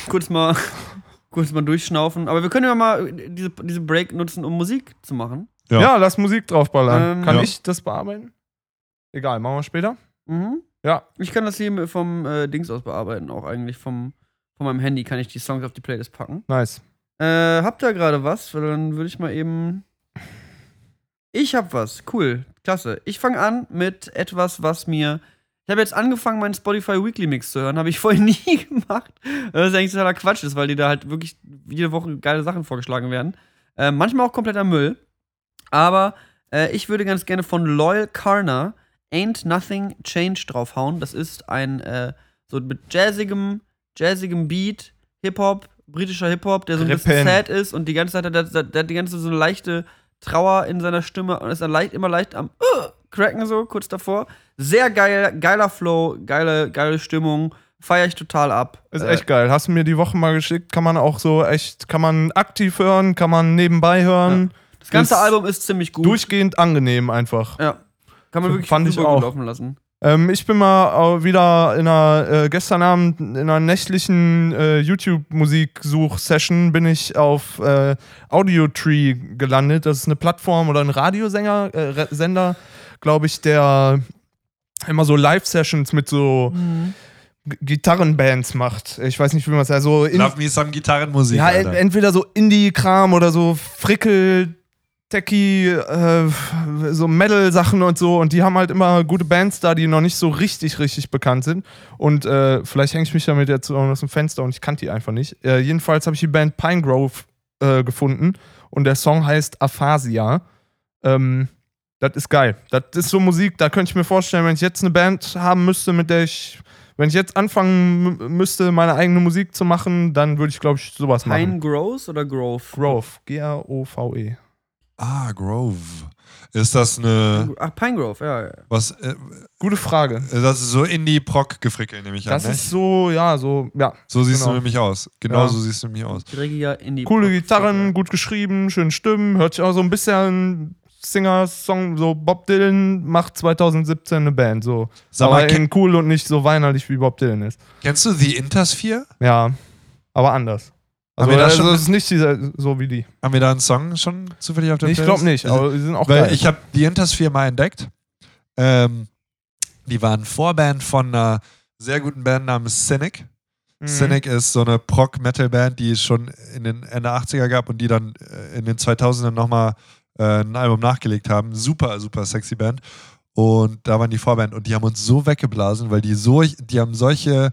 S2: Kurz mal, *laughs* kurz mal durchschnaufen. Aber wir können ja mal diese, diese Break nutzen, um Musik zu machen.
S1: Ja.
S3: Ja, lass Musik draufballern.
S2: Ähm,
S3: Kann
S1: Ja.
S3: ich das bearbeiten? Egal, machen wir später.
S2: Mhm.
S3: Ja.
S2: Ich kann das hier vom äh, Dings aus bearbeiten, auch eigentlich. Vom, von meinem Handy kann ich die Songs auf die Playlist packen.
S3: Nice.
S2: Äh, habt ihr gerade was? Weil dann würde ich mal eben. Ich hab was. Cool. Klasse. Ich fange an mit etwas, was mir. Ich habe jetzt angefangen, meinen Spotify Weekly Mix zu hören. Habe ich vorher *laughs* nie gemacht. Das ist eigentlich totaler Quatsch ist, weil die da halt wirklich jede Woche geile Sachen vorgeschlagen werden. Äh, manchmal auch kompletter Müll. Aber äh, ich würde ganz gerne von Loyal Karna Ain't Nothing Change draufhauen. Das ist ein äh, so mit jazzigem, jazzigem Beat, Hip-Hop, britischer Hip-Hop, der so ein bisschen
S3: Rippen.
S2: sad ist und die ganze Zeit hat er der hat die ganze Zeit so eine leichte Trauer in seiner Stimme und ist dann leicht, immer leicht am uh, Cracken so, kurz davor. Sehr geil, geiler Flow, geile, geile Stimmung. Feier ich total ab. Äh,
S3: Ist echt geil. Hast du mir die Woche mal geschickt? Kann man auch so echt, kann man aktiv hören, kann man nebenbei hören.
S2: Das ganze
S3: ist
S2: Album ist ziemlich gut.
S3: Durchgehend angenehm einfach.
S2: Ja. Kann man wirklich
S3: Fand ich
S2: super
S3: auch.
S2: gut laufen lassen.
S3: Ähm, ich bin mal äh, wieder in einer, äh, gestern Abend in einer nächtlichen äh, YouTube-Musik-Such-Session bin ich auf äh, Audiotree gelandet. Das ist eine Plattform oder ein Radiosänger, äh, Re- Sender, glaube ich, der immer so Live-Sessions mit so G- Gitarrenbands macht. Ich weiß nicht, wie man es also in,
S1: Love me some Gitarrenmusik.
S3: Ja, en-
S1: Alter.
S3: entweder so Indie-Kram oder so Frickel, Techie, äh, so Metal-Sachen und so. Und die haben halt immer gute Bands da, die noch nicht so richtig, richtig bekannt sind. Und äh, vielleicht hänge ich mich damit jetzt auch aus dem Fenster und ich kannte die einfach nicht. Äh, jedenfalls habe ich die Band Pinegrove äh, gefunden und der Song heißt Aphasia. Ähm, das ist geil. Das ist so Musik, da könnte ich mir vorstellen, wenn ich jetzt eine Band haben müsste, mit der ich, wenn ich jetzt anfangen m- müsste, meine eigene Musik zu machen, dann würde ich, glaube ich, sowas machen.
S2: Pine Grove oder Grove?
S3: Grove, G-R-O-V-E.
S1: Ah, Grove. Ist das eine,
S2: Ach, Pine Grove, ja. ja.
S1: was, äh,
S3: Gute Frage.
S1: das ist so Indie-Proc-Gefrickel, nehme ich
S3: Das
S1: an, ne?
S3: ist so, ja, so, ja.
S1: So siehst du
S3: genau.
S1: nämlich aus. Genau
S3: Ja.
S1: so siehst du nämlich aus.
S2: Dreckiger Indie.
S3: Coole Gitarren, gut geschrieben, schöne Stimmen, hört sich auch so ein bisschen Singer, Song, so Bob Dylan macht 2017 eine Band, so.
S1: Sag mal,
S3: aber
S1: ken
S3: in cool und nicht so weinerlich wie Bob Dylan ist.
S1: kennst du The Intersphere?
S3: Ja, aber anders.
S1: Haben
S3: Also,
S1: wir das
S3: also
S1: schon-
S3: es ist nicht dieser, so wie die.
S1: Haben wir da einen Song schon zufällig auf der
S3: Nee, ich glaube
S1: Playlist?
S3: nicht, aber die sind auch
S1: Weil
S3: geil.
S1: ich habe die Intersphere mal entdeckt. Ähm, die waren Vorband von einer sehr guten Band namens Cynic.
S3: Mhm.
S1: Cynic ist so eine Prog-Metal-Band, die es schon in den Ende 80er gab und die dann äh, in den 2000ern nochmal äh, ein Album nachgelegt haben. Super, super sexy Band. Und da waren die Vorband und die haben uns so weggeblasen, weil die so, die haben solche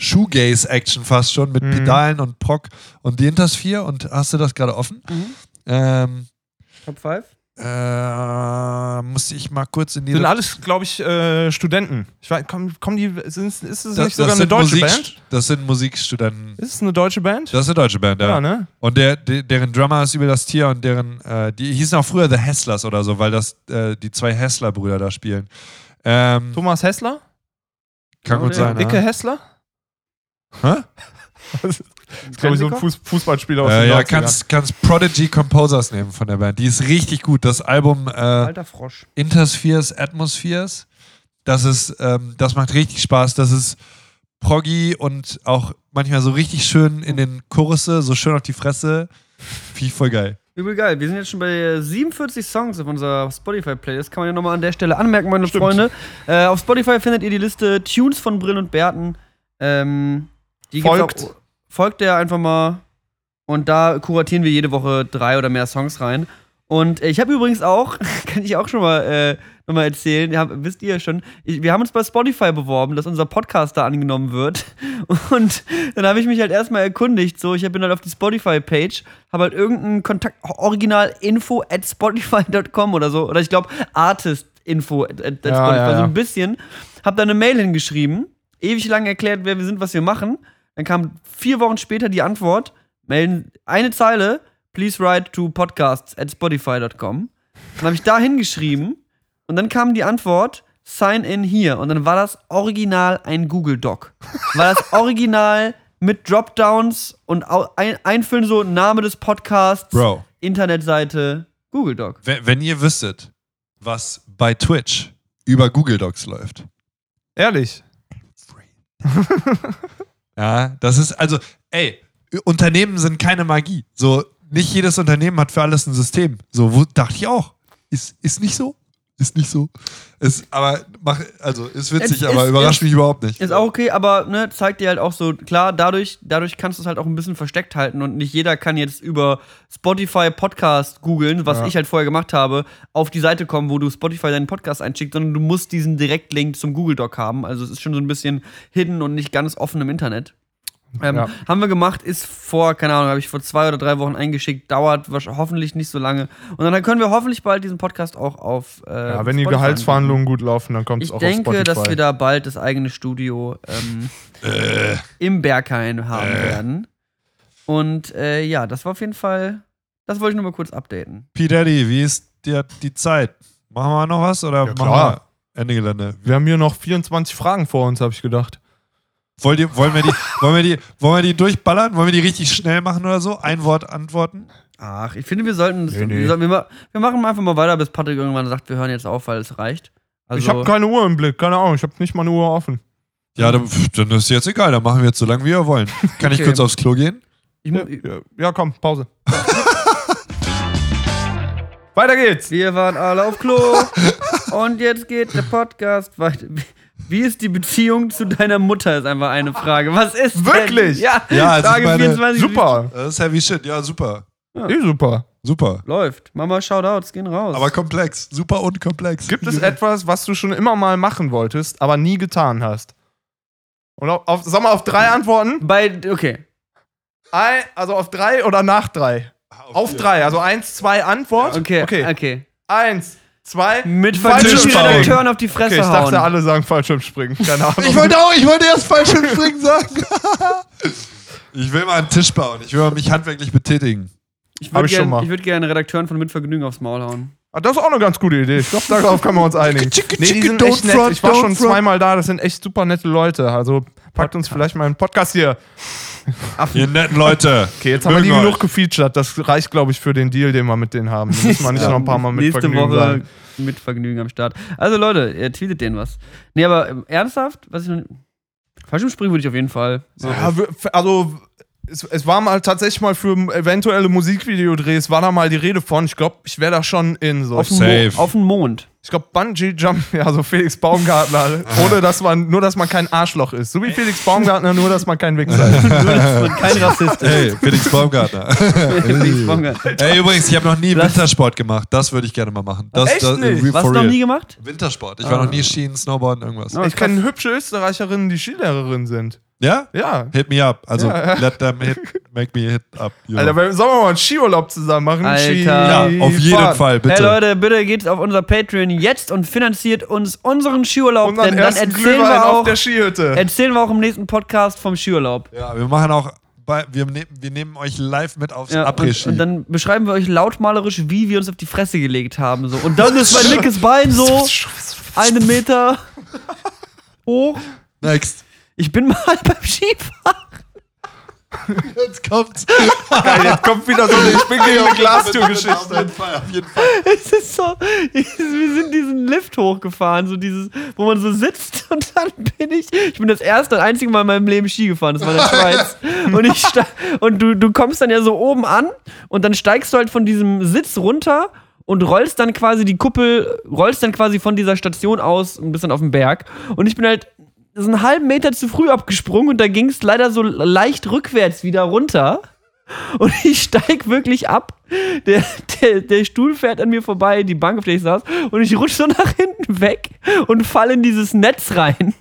S1: Shoegaze-Action fast schon mit
S3: Mhm.
S1: Pedalen und
S3: Mhm.
S1: Prog und die Intersphere. Und hast du das gerade offen?
S2: Mhm.
S1: Ähm,
S2: Top 5?
S1: Äh, muss ich mal kurz in die.
S3: Sind alles, glaube ich, äh, Studenten. Ich weiß, kommen, kommen die, sind, ist es
S1: das,
S3: nicht sogar
S1: das
S3: eine
S1: sind
S3: deutsche
S1: Musik,
S3: Band?
S1: Das sind Musikstudenten.
S3: Ist es eine deutsche Band?
S1: Das ist eine deutsche Band, ja.
S3: Ja, ne?
S1: Und der, de- deren Drummer ist über das Tier und deren, äh, die hießen auch früher The Hesslers oder so, weil das äh, die zwei Hessler-Brüder da spielen. Ähm,
S3: Thomas Hessler?
S1: kann
S2: Oh,
S1: gut
S2: der
S1: sein.
S3: Dicke
S1: ja.
S3: Hessler?
S1: Hä?
S3: Das ist, glaube ich, so ein Fuß, Fußballspieler aus
S1: Äh,
S3: den
S1: ja,
S3: 90ern.
S1: kannst, kannst Prodigy Composers nehmen von der Band. Die ist richtig gut. Das Album äh,
S2: Alter Frosch.
S1: Interspheres, Atmospheres, das ist, ähm, das macht richtig Spaß. Das ist proggy und auch manchmal so richtig schön in den Chorusse, so schön auf die Fresse. Finde ich voll geil.
S2: Übel geil. Wir sind jetzt schon bei äh, 47 Songs auf unserer Spotify-Playlist. Kann man ja nochmal an der Stelle anmerken, meine Freunde. Äh, auf Spotify findet ihr die Liste Tunes von Brill und Berten. Ähm, die gibt's
S3: Folgt.
S2: Auch, folgt der einfach mal. Und da kuratieren wir jede Woche drei oder mehr Songs rein. Und äh, ich habe übrigens auch, *laughs* kann ich auch schon mal, äh, noch mal erzählen, ihr habt- wisst ihr schon, ich, wir haben uns bei Spotify beworben, dass unser Podcast da angenommen wird. *laughs* Und dann habe ich mich halt erstmal erkundigt, so, ich bin halt auf die Spotify-Page, habe halt irgendeinen Kontakt, original info at spotify.com oder so, oder ich glaube Artist info at, at, at
S3: Ja,
S2: Spotify,
S3: ja,
S2: so
S3: ja.
S2: ein bisschen. Habe da eine Mail hingeschrieben, ewig lang erklärt, wer wir sind, was wir machen. Dann kam vier Wochen später die Antwort, melden eine Zeile, please write to podcasts at spotify.com. Dann habe ich da hingeschrieben und dann kam die Antwort, sign in hier. Und dann war das original ein Google Doc. War das original mit Dropdowns und au- ein, einfüllen so Name des Podcasts,
S1: Bro,
S2: Internetseite, Google Doc.
S1: wenn, wenn ihr wüsstet, was bei Twitch über Google Docs läuft.
S3: Ehrlich.
S1: Ja, das ist also, ey, Unternehmen sind keine Magie. So, nicht jedes Unternehmen hat für alles ein System. So, wo, dachte ich auch. Ist, ist nicht so. Ist nicht so. Ist, aber, mach, also, ist witzig,
S2: Es
S1: aber
S2: ist-
S1: überrascht
S2: es-
S1: mich überhaupt nicht.
S2: Ist auch okay, aber ne, zeigt dir halt auch so, klar, dadurch, dadurch kannst du es halt auch ein bisschen versteckt halten und nicht jeder kann jetzt über Spotify Podcast googeln, was
S3: Ja.
S2: ich halt vorher gemacht habe, auf die Seite kommen, wo du Spotify deinen Podcast einschickst, sondern du musst diesen Direktlink zum Google Doc haben. Also es ist schon so ein bisschen hidden und nicht ganz offen im Internet. Ähm,
S3: Ja.
S2: Haben wir gemacht, ist vor, keine Ahnung, habe ich vor zwei oder drei Wochen eingeschickt, dauert wahrsch- hoffentlich nicht so lange. Und dann können wir hoffentlich bald diesen Podcast auch auf. Äh,
S3: Ja, wenn die
S2: Spotify
S3: Gehaltsverhandlungen gut laufen, dann kommt es
S2: ich
S3: auch
S2: denke,
S3: auf Spotify.
S2: dass wir da bald das eigene Studio ähm,
S3: Äh.
S2: im Berghain haben werden. Und äh, ja, das war auf jeden Fall. Das wollte ich nur mal kurz updaten.
S1: P. Daddy, wie ist dir die Zeit? Machen wir noch was oder
S3: Ja,
S1: machen wir
S3: klar.
S1: Ende Gelände?
S3: wir haben hier noch 24 Fragen vor uns, habe ich gedacht.
S1: Wollt ihr, wollen, wir *laughs* die, wollen, wir die, wollen wir die durchballern? Wollen wir die richtig schnell machen oder so? Ein Wort antworten?
S2: Ach, ich finde, wir sollten.
S3: Nee, nee.
S2: Wir, sollten- wir, ma- wir machen einfach mal weiter, bis Patrick irgendwann sagt, wir hören jetzt auf, weil es reicht. Also,
S3: ich habe keine Uhr im Blick, keine Ahnung, ich habe nicht mal eine Uhr offen.
S1: Ja, dann, pff, dann ist jetzt egal, dann machen wir jetzt so lange, wie wir wollen. Kann ich
S2: Okay.
S1: kurz aufs Klo gehen?
S2: ich, mu-
S3: Ja, ja, ja komm, Pause. Weiter geht's.
S2: wir waren alle auf
S3: *laughs*
S2: Klo. und jetzt geht der Podcast weiter. Wie ist die Beziehung zu deiner Mutter? Ist einfach eine Frage. Was ist
S3: Wirklich?
S2: Denn? Ja,
S1: Ja, es ist
S2: Frage
S1: meine-
S2: 24.
S3: Super.
S1: Das ist heavy shit, ja, super.
S3: Eh super.
S1: Super.
S2: Läuft. Mama, Shoutouts gehen raus.
S1: Aber komplex, super unkomplex.
S3: Gibt es etwas, was du schon immer mal machen wolltest, aber nie getan hast? Und auf, auf, sag mal, auf drei antworten.
S2: Bei, okay.
S3: Ei, also auf drei oder nach drei? Auf drei. Also eins, zwei Antwort.
S2: Okay, okay.
S3: okay. Eins, zwei.
S2: Mit
S3: Fallschirmspringen.
S2: verdienten Redakteuren auf die Fresse
S3: Okay, ich
S2: hauen.
S3: dachte, alle sagen Fallschirmspringen. Keine Ahnung.
S1: Ich wollte auch, ich wollte erst Fallschirmspringen sagen. *laughs* ich will mal einen Tisch bauen, ich will mal mich handwerklich betätigen.
S2: ich
S3: hab
S2: würde
S3: ich schon
S2: gerne
S3: mal.
S2: würd gern Redakteuren von Mitvergnügen aufs Maul hauen.
S3: Ah, das ist auch eine ganz gute Idee. Ich glaube, darauf können wir uns einigen.
S1: Chicke,
S3: Nee, die
S1: chicke,
S3: sind echt
S1: don't
S3: nett.
S1: front,
S3: Ich war
S1: don't
S3: schon
S1: front.
S3: zweimal da. Das sind echt super nette Leute. Also packt uns vielleicht mal einen Podcast hier.
S1: Ihr netten Leute.
S3: Okay, jetzt haben wir die
S1: Mögen euch.
S3: genug gefeatured. Das reicht, glaube ich, für den Deal, den wir mit denen haben. Da müssen wir *laughs* nicht noch ein paar Mal mit
S2: Nächste
S3: Vergnügen
S2: Woche
S3: sein.
S2: mit Vergnügen am Start. Also Leute, ihr tweetet denen was. Nee, aber ähm, ernsthaft, was ich noch. Fallschirmspringen würde ich auf jeden Fall.
S3: Ja, wir- also, es, es war mal tatsächlich mal für eventuelle Musikvideodrehs, war da mal die Rede von. Ich glaube, ich wäre da schon in so.
S2: Auf den,
S1: safe.
S2: Mo auf den
S3: *laughs*
S2: Mond.
S3: Ich glaube, Bungee Jump, *laughs* ja, so Felix *laughs* Baumgartner, ohne dass man, nur dass man kein Arschloch ist. So wie Felix Baumgartner, nur dass man kein *laughs* Wichser ist.
S2: Nur, dass man kein Rassist *laughs* ist.
S1: Hey, Felix Baumgartner.
S2: Felix Baumgart.
S1: Ey, übrigens, ich habe noch nie
S2: Lass-
S1: Wintersport gemacht. Das würde ich gerne mal machen. Das,
S3: Echt
S1: das,
S3: nicht?
S1: re-
S2: Was
S1: for
S2: noch
S1: real.
S2: nie Ah. gemacht?
S1: Wintersport. Ich war noch nie Skien, Snowboarden, irgendwas.
S2: Oh,
S3: Ich
S2: krass.
S3: kenne hübsche Österreicherinnen, die Skilehrerinnen sind.
S1: Ja?
S3: Ja.
S1: Hit me up. Also,
S3: Ja.
S1: let them hit, make me hit up. you know.
S3: Alter, weil- sollen wir mal einen Skiurlaub zusammen machen?
S2: Alter.
S1: ja, auf jeden
S3: Skifahren.
S1: Fall, bitte.
S2: Hey Leute, bitte geht auf unser Patreon jetzt und finanziert uns unseren Skiurlaub,
S3: Unseren
S2: denn dann
S3: ersten
S2: erzählen
S3: Glühwein
S2: wir,
S3: auf
S2: auch,
S3: der *laughs* Skihütte.
S2: erzählen wir auch im nächsten Podcast vom Skiurlaub.
S1: Ja, wir machen auch, bei, wir, nehmen, wir nehmen euch live mit aufs
S2: Ja, und,
S1: Après-Ski.
S2: und dann beschreiben wir euch lautmalerisch, wie wir uns auf die Fresse gelegt haben. So. Und dann ist mein linkes Bein so einen Meter hoch.
S1: Next.
S2: Ich bin mal *laughs* beim Skifahren.
S1: Jetzt *laughs* kommt's.
S3: Geil, jetzt kommt wieder so *laughs* eine Ich bin gegen eine
S1: Auf
S3: Glastür-Geschichte.
S1: jeden Fall, auf jeden Fall.
S2: Es ist so, wir sind diesen Lift hochgefahren, so dieses, wo man so sitzt *laughs* und dann bin ich, ich bin das erste und einzige Mal in meinem Leben Ski gefahren, das war in der Schweiz. Und, ich ste- und du, du kommst dann ja so oben an und dann steigst du halt von diesem Sitz runter und rollst dann quasi die Kuppel, rollst dann quasi von dieser Station aus ein bisschen auf den Berg. Und ich bin halt so einen halben Meter zu früh abgesprungen und da ging es leider so leicht rückwärts wieder runter. *laughs* Und ich steig wirklich ab. Der, der, der Stuhl fährt an mir vorbei, die Bank, auf der ich saß. Und ich rutsche so nach hinten weg und falle in dieses Netz rein.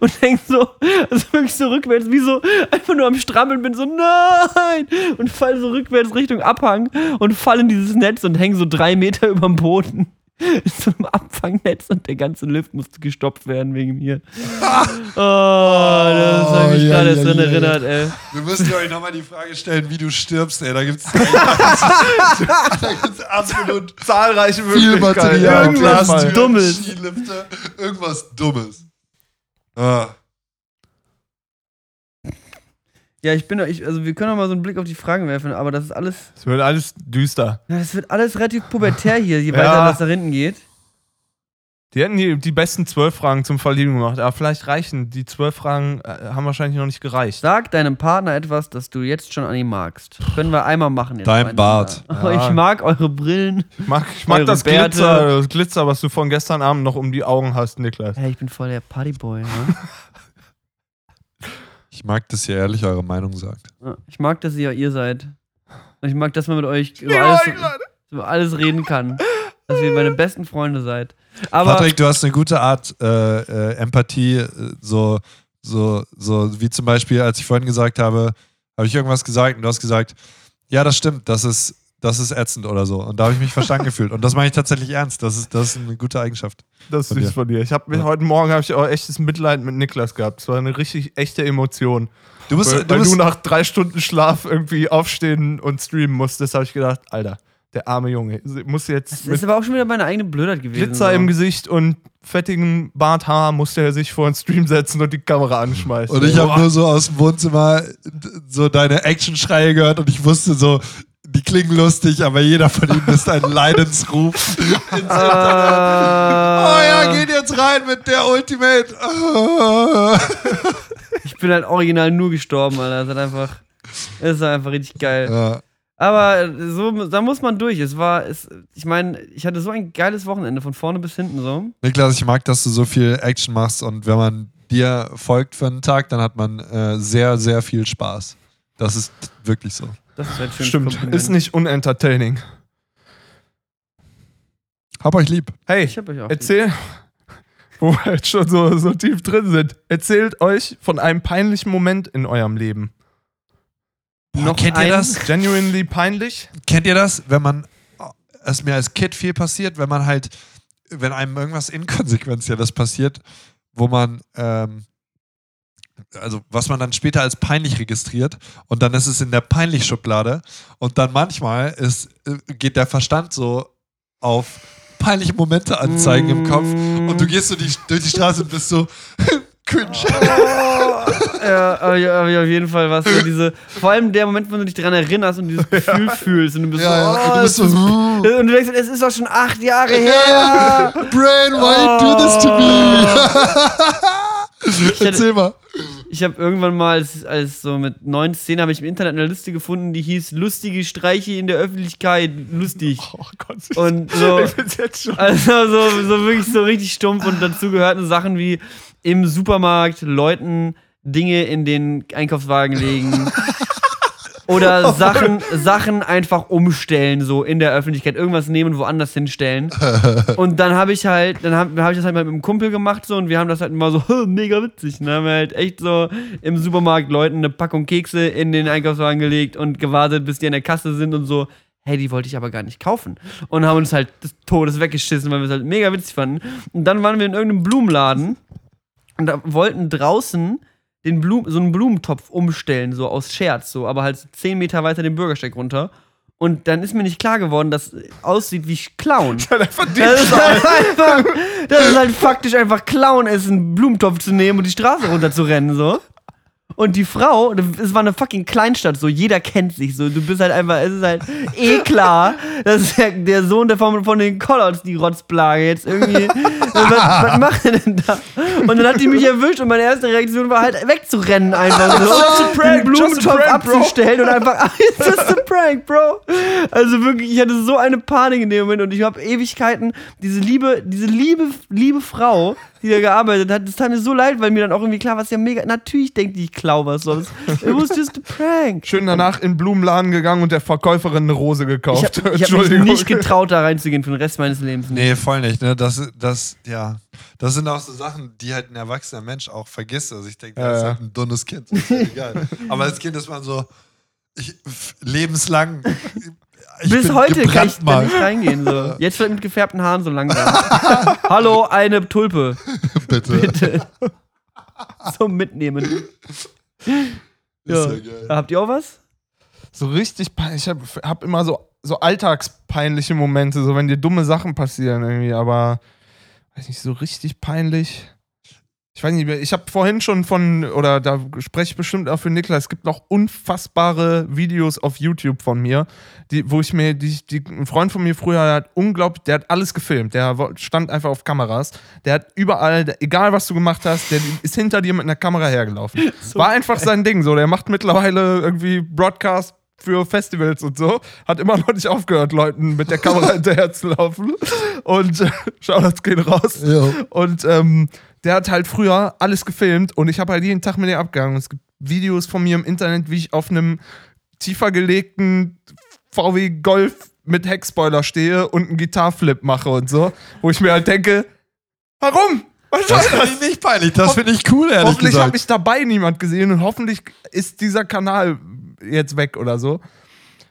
S2: Und denk so, also wirklich so rückwärts, wie so einfach nur am Strammeln bin, so nein! Und fall so rückwärts Richtung Abhang und fall in dieses Netz und häng so drei Meter überm Boden. *laughs* In so einem Abfangnetz und der ganze Lift musste gestoppt werden
S1: *laughs*
S2: wegen mir. Oh, das hat mich
S1: Oh, ja,
S2: gerade
S1: ja,
S2: dran
S1: ja, ja.
S2: erinnert, ey.
S1: Wir müssen euch nochmal die Frage stellen, wie du stirbst, ey. Da gibt's, da gibt's absolut
S3: Zahlreiche
S1: viel
S3: Möglichkeiten.
S1: Material.
S3: auf jeden
S2: Irgendwas
S3: Fall.
S2: dumm. Dummes.
S1: Skilifte, irgendwas Dummes. Ah.
S2: Ja, ich bin doch- ich, also wir können auch mal so einen Blick auf die Fragen werfen, aber das ist alles,
S3: Es wird alles düster.
S2: ja, das wird alles relativ pubertär hier, je
S3: Ja.
S2: weiter das nach hinten geht.
S3: Die hätten die, die besten zwölf Fragen zum Verlieben gemacht, aber vielleicht reichen. Die zwölf Fragen äh, haben wahrscheinlich noch nicht gereicht.
S2: Sag deinem Partner etwas, das du jetzt schon an ihm magst. Können wir einmal machen jetzt.
S1: Dein
S2: meine
S1: Bart.
S2: Kinder. Oh,
S3: Ja.
S2: *laughs* ich mag eure Brillen.
S3: Ich mag, ich mag
S2: Eure
S3: das,
S2: Bärte.
S3: Glitzer, das Glitzer, was du von gestern Abend noch um die Augen hast, Niklas.
S2: Ja, ich bin voll der Partyboy. Ne?
S1: Ich mag, dass ihr ehrlich eure Meinung sagt.
S2: Ja, ich mag, dass ihr ihr seid. Und ich mag, dass man mit euch über alles, über alles reden kann. Dass ihr meine besten Freunde seid. Aber
S1: Patrick, du hast eine gute Art äh, äh, Empathie, äh, so, so, so wie zum Beispiel, als ich vorhin gesagt habe, habe ich irgendwas gesagt und du hast gesagt, ja, das stimmt, das ist, das ist ätzend oder so. Und da habe ich mich
S3: *laughs*
S1: verstanden gefühlt. Und das meine ich tatsächlich ernst. Das ist, das ist eine gute Eigenschaft.
S3: Das ist
S1: Von
S3: süß
S1: dir.
S3: von dir. Ich hab, mir-
S1: Ja.
S3: Heute Morgen habe ich auch echtes Mitleid mit Niklas gehabt. Es war eine richtig echte Emotion.
S1: Du bist,
S3: Weil,
S1: du
S3: weil du
S1: bist
S3: nach drei Stunden Schlaf irgendwie aufstehen und streamen musstest, habe ich gedacht, Alter, der arme Junge muss
S2: das
S3: jetzt
S2: ist
S3: mit
S2: aber auch schon wieder meine eigene Blödheit gewesen.
S3: Glitzer
S2: so.
S3: im Gesicht und fettigem Barthaar musste er sich vor den Stream setzen und die Kamera anschmeißen.
S1: und ich
S3: Boah.
S1: habe nur so aus dem Wohnzimmer d- so deine Action-Schreie gehört und ich wusste so, die klingen lustig, aber jeder von ihnen ist
S3: *laughs*
S1: ein Leidensruf.
S2: Ah.
S1: oh ja, geht jetzt rein mit der Ultimate.
S2: Ich bin halt original nur gestorben, Alter. Das ist einfach, das ist einfach richtig geil.
S1: *laughs* ja.
S2: Aber so, da muss man durch. Es war, es, ich meine, ich hatte so ein geiles Wochenende von vorne bis hinten so.
S1: Niklas, ich mag, dass du so viel Action machst und wenn man dir folgt für einen Tag, dann hat man äh, sehr, sehr viel Spaß. Das ist wirklich so.
S2: Das ist halt schön.
S3: Stimmt, ist nicht unentertaining.
S1: Hab euch lieb.
S3: Hey,
S2: Ich hab euch auch.
S3: Erzähl, wo wir jetzt schon so, so tief drin sind, erzählt euch von einem peinlichen Moment in eurem Leben.
S2: Noch
S1: kennt ihr
S2: einen?
S1: das?
S3: Genuinely peinlich?
S1: Kennt ihr das, wenn man, es mir als Kid viel passiert, wenn man halt, wenn einem irgendwas Inkonsequenzielles passiert, wo man, ähm, also was man dann später als peinlich registriert und dann ist es in der Peinlich-Schublade und dann manchmal ist, äh, geht der Verstand so auf peinliche Momente anzeigen im Kopf und du gehst so die, durch die Straße und bist so cringe.
S2: Oh! Ja, aber ich, aber ich auf jeden Fall was. So diese, vor allem der Moment, wo du dich daran erinnerst
S1: *laughs*
S2: und dieses Gefühl fühlst und du bist
S1: Ja,
S2: so,
S1: ja.
S2: oh,
S1: Und du bist so,
S2: es ist, und du denkst, es ist doch schon acht Jahre
S1: yeah,
S2: her.
S1: Brain, why you do this to me?
S2: Oh.
S1: *laughs*
S2: hätte-
S1: Erzähl mal.
S2: Ich habe irgendwann mal, als, als so mit 19, habe ich im Internet eine Liste gefunden, die hieß lustige Streiche in der Öffentlichkeit. Lustig.
S3: Oh Gott,
S2: Und so,
S3: ich bin's jetzt schon.
S2: also so, so wirklich so richtig stumpf und dazu gehörten Sachen wie im Supermarkt Leuten Dinge in den Einkaufswagen legen. Oder Sachen, Sachen einfach umstellen, so in der Öffentlichkeit. Irgendwas nehmen, woanders hinstellen. *laughs* und dann habe ich halt, dann habe hab ich das halt mal mit einem Kumpel gemacht, so und wir haben das halt immer so *laughs* mega witzig. Und dann haben wir halt echt so im Supermarkt Leuten eine Packung Kekse in den Einkaufswagen gelegt und gewartet, bis die an der Kasse sind und so. Hey, die wollte ich aber gar nicht kaufen. Und haben uns halt des Todes weggeschissen, weil wir es halt mega witzig fanden. Und dann waren wir in irgendeinem Blumenladen und da wollten draußen den Blum, so einen Blumentopf umstellen, so aus Scherz, so, aber halt so 10 Meter weiter den Bürgersteig runter. Und dann ist mir nicht klar geworden, dass es aussieht wie Clown. Das ist, halt einfach, das ist halt faktisch einfach Clown ist, einen Blumentopf zu nehmen und die Straße runter zu rennen, so. Und die Frau, es war eine fucking Kleinstadt, so jeder kennt sich, so du bist halt einfach, es ist halt eh klar, dass der, der Sohn der von, von den Collards die Rotzplage jetzt irgendwie, was, was macht er denn da? Und dann hat die mich erwischt und meine erste Reaktion war halt wegzurennen einfach so,
S3: Just a prank,
S2: den
S3: just a
S2: Blumentopf
S3: prank, bro.
S2: abzustellen und einfach, *laughs* it's just a prank, bro. Also wirklich, ich hatte so eine Panik in dem Moment und ich habe Ewigkeiten, diese liebe, diese liebe, liebe Frau, die da gearbeitet hat, das tat mir so leid, weil mir dann auch irgendwie klar war, es ja mega, natürlich denkt die, ich klau was, so, das, it was just a prank.
S3: Schön danach in den Blumenladen gegangen und der Verkäuferin eine Rose
S2: Ich
S3: gekauft.
S2: habe hab mich
S3: Entschuldigung.
S2: nicht getraut, da reinzugehen für den Rest meines Lebens. nicht.
S1: Nee, voll nicht. Ne? Das, das, ja. das sind auch so Sachen, die halt ein erwachsener Mensch auch vergisst. Also ich denke, das ist
S3: Ja.
S1: halt ein dummes Kind. Ist ja *laughs* egal. Aber als Kind ist man so ich, f- lebenslang. Ich
S2: Bis
S1: bin
S2: heute kann
S1: gebrannt
S2: ich da nicht *laughs*
S1: mal. *laughs*
S2: reingehen. So. Jetzt vielleicht mit gefärbten Haaren so langsam. Hallo, eine Tulpe.
S1: Bitte.
S2: So mitnehmen.
S1: Ist
S2: Ja.
S1: ja geil.
S2: Habt ihr auch was?
S3: so richtig, pein- ich habe hab immer so, so alltagspeinliche Momente, so wenn dir dumme Sachen passieren irgendwie, aber weiß nicht, so richtig peinlich. Ich weiß nicht, ich habe vorhin schon von, oder da spreche ich bestimmt auch für Niklas, es gibt noch unfassbare Videos auf YouTube von mir, die, wo ich mir, die, die, ein Freund von mir früher der hat unglaublich, der hat alles gefilmt, der wo- stand einfach auf Kameras, der hat überall, der, egal was du gemacht hast, der ist hinter dir mit einer Kamera hergelaufen. War einfach sein Ding so, der macht mittlerweile irgendwie Broadcast für Festivals und so, hat immer noch nicht aufgehört, Leuten mit der Kamera hinterher zu laufen und äh, Shoutouts gehen raus.
S1: Jo.
S3: Und ähm, der hat halt früher alles gefilmt und ich habe halt jeden Tag mit dem abgehangen. Es gibt Videos von mir im Internet, wie ich auf einem tiefer gelegten VW Golf mit Heckspoiler stehe und einen Gitarrflip mache und so, wo ich mir halt denke, warum? Was soll
S1: Das finde ich nicht peinlich. *laughs* Das finde ich cool, ehrlich
S3: Hoffentlich
S1: gesagt.
S3: hat mich dabei niemand gesehen und hoffentlich ist dieser Kanal jetzt weg oder so.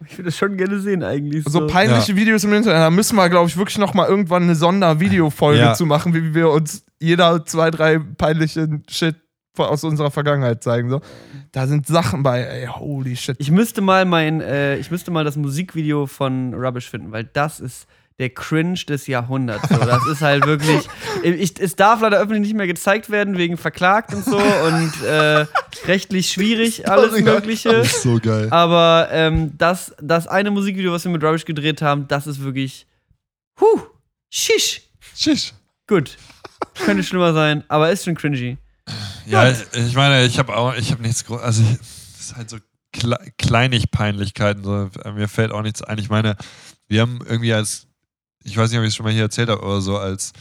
S2: Ich würde das schon gerne sehen eigentlich.
S3: So peinliche Videos im Internet, da müssen wir, glaube ich, wirklich nochmal irgendwann eine Sondervideofolge
S1: Ja.
S3: zu machen, wie wir uns jeder zwei, drei peinliche Shit von- aus unserer Vergangenheit zeigen. So. Da sind Sachen bei, ey, holy shit.
S2: Ich müsste mal mein, äh, ich müsste mal das Musikvideo von Rubbish finden, weil das ist der Cringe des Jahrhunderts. So, das ist halt wirklich. Ich, es darf leider öffentlich nicht mehr gezeigt werden, wegen verklagt und so und äh, rechtlich schwierig, alles Mögliche.
S1: Das ist so
S3: Ah.
S1: geil.
S2: Aber ähm, das, das eine Musikvideo, was wir mit Rubbish gedreht haben, das ist wirklich. Huh! Shish!
S1: Tschüss.
S2: Gut. Könnte schlimmer sein, aber ist schon cringy.
S1: Ja, ich- ich meine, ich habe auch, ich habe nichts groß, also ich, das ist halt so Kle Kleinigpeinlichkeiten, so, mir fällt auch nichts ein. Ich meine, wir haben irgendwie als, ich weiß nicht, ob ich es schon mal hier erzählt habe, oder so, als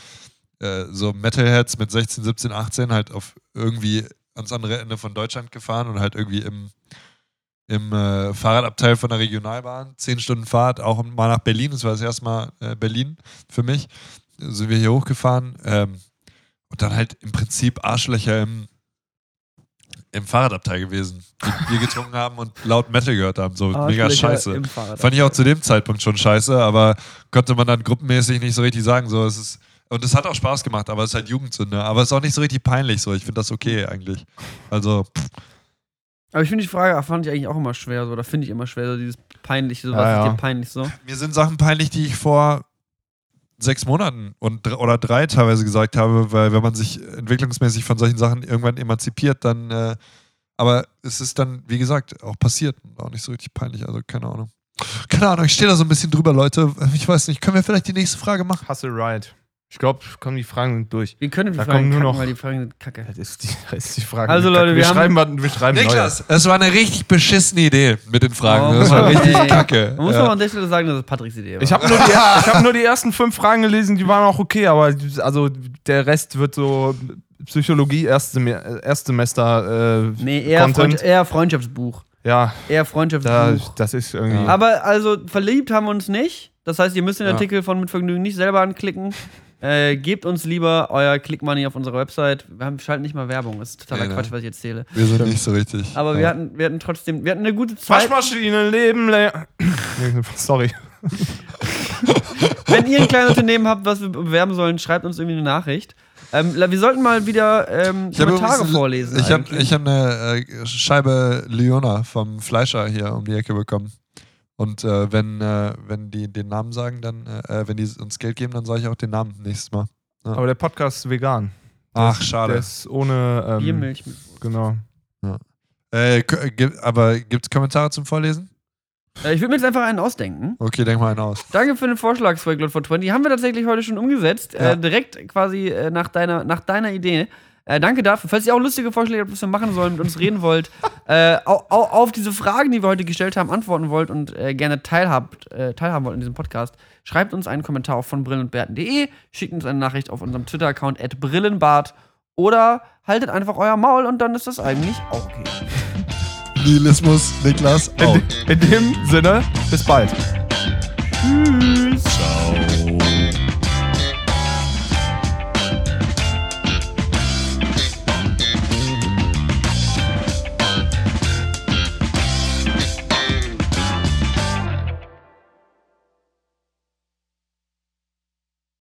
S1: äh, so Metalheads mit 16, 17, 18 halt auf irgendwie ans andere Ende von Deutschland gefahren und halt irgendwie im, im äh, Fahrradabteil von der Regionalbahn, 10 Stunden Fahrt, auch mal nach Berlin, das war das erste Mal äh, Berlin für mich, sind wir hier hochgefahren. Ähm, und dann halt im Prinzip Arschlöcher im, im Fahrradabteil gewesen, die Bier getrunken haben und laut Metal gehört haben. So mega
S2: Arschlöcher
S1: scheiße.
S2: im Fahrrad.
S1: Fand ich auch zu dem Zeitpunkt schon scheiße, aber konnte man dann gruppenmäßig nicht so richtig sagen. So, es ist, und es hat auch Spaß gemacht, aber es ist halt Jugendsünde. Aber es ist auch nicht so richtig peinlich. So. Ich finde das okay eigentlich. Also, pff,
S2: Aber ich finde die Frage, fand ich eigentlich auch immer schwer, so, oder finde ich immer schwer, so dieses peinliche, so,
S3: Ja,
S2: was ist
S3: ja.
S2: dir peinlich so?
S1: mir sind Sachen peinlich, die ich vor sechs Monaten und, dr- oder drei teilweise gesagt habe, weil wenn man sich entwicklungsmäßig von solchen Sachen irgendwann emanzipiert, dann. Äh, aber es ist dann, wie gesagt, auch passiert. Auch nicht so richtig peinlich. Also, keine Ahnung. Keine Ahnung, ich stehe da so ein bisschen drüber, Leute. Ich weiß nicht, können wir vielleicht die nächste Frage machen?
S3: Hustle Ride. Ich glaube, kommen die Fragen sind durch.
S2: Wir können die
S3: Da
S2: Fragen
S3: kommen nur
S2: kacken,
S3: noch-
S2: weil die Fragen sind kacke.
S3: Das ist die, das ist die Frage.
S2: Also, Leute, wir haben-
S3: schreiben, was- wir schreiben
S1: Niklas, es war eine richtig beschissene Idee mit den Fragen. das war
S2: *laughs* Mann,
S1: richtig
S2: ey.
S1: kacke.
S2: Man Oh. muss
S1: Ja.
S2: aber an der Stelle sagen, das ist Patricks Idee. war.
S3: Ich habe nur, die- ich hab nur die ersten fünf Fragen gelesen, die waren auch okay, aber also der Rest wird so Psychologie Erstseme- Erstsemester äh,
S2: nee, eher,
S3: Content.
S2: Freund, eher Freundschaftsbuch.
S3: Ja,
S2: Eher
S3: da,
S2: Freundschaftsbuch.
S3: das ist irgendwie.
S1: Ja.
S2: Aber also verliebt haben wir uns nicht. Das heißt, ihr müsst den
S3: Ja.
S2: Artikel von Mit Vergnügen nicht selber anklicken. Äh, gebt uns lieber euer Clickmoney auf unserer Website. Wir haben, schalten nicht mal Werbung. Das ist totaler
S1: Ja, ne?
S2: Quatsch, was ich jetzt zähle.
S1: Wir sind nicht so richtig.
S2: Aber wir,
S1: ja.
S2: hatten, wir hatten trotzdem, wir hatten eine gute Zeit.
S3: Waschmaschine, Leben, *laughs* Le Sorry.
S2: Wenn ihr ein kleines Unternehmen habt, was wir bewerben sollen, schreibt uns irgendwie eine Nachricht. Ähm, la- wir sollten mal wieder ähm,
S1: hab
S2: Kommentare
S1: übrigens-
S2: vorlesen.
S1: Ich habe
S2: eigentlich.
S1: ich hab eine äh, Scheibe Leona vom Fleischer hier um die Ecke bekommen. Und äh, wenn, äh, wenn die den Namen sagen, dann, äh, wenn die uns Geld geben, dann sage ich auch den Namen nächstes Mal.
S3: Aber der Podcast ist vegan.
S1: Ach,
S3: Der
S1: schade.
S3: ist ohne. Ähm,
S2: Biermilch mit
S3: genau.
S1: Äh, k- gibt, aber gibt es Kommentare zum Vorlesen?
S2: Äh, Ich würde mir jetzt einfach einen ausdenken.
S1: Okay, denk mal einen aus.
S2: Danke für den Vorschlag, Swaglot for 20. Haben wir tatsächlich heute schon umgesetzt.
S1: Ja.
S2: Äh, direkt quasi äh, nach, deiner, nach deiner Idee. Äh, danke dafür. Falls ihr auch lustige Vorschläge habt, was wir machen sollen, mit uns reden wollt, äh, au, au, auf diese Fragen, die wir heute gestellt haben, antworten wollt und äh, gerne teilhabt, äh, teilhaben wollt in diesem Podcast, schreibt uns einen Kommentar auf von brillenundberten.de, schickt uns eine Nachricht auf unserem Twitter-Account at brillenbart oder haltet einfach euer Maul und dann ist das eigentlich auch okay.
S1: Nihilismus, Niklas, out.
S3: In, in dem Sinne, bis bald.
S2: Tschüss.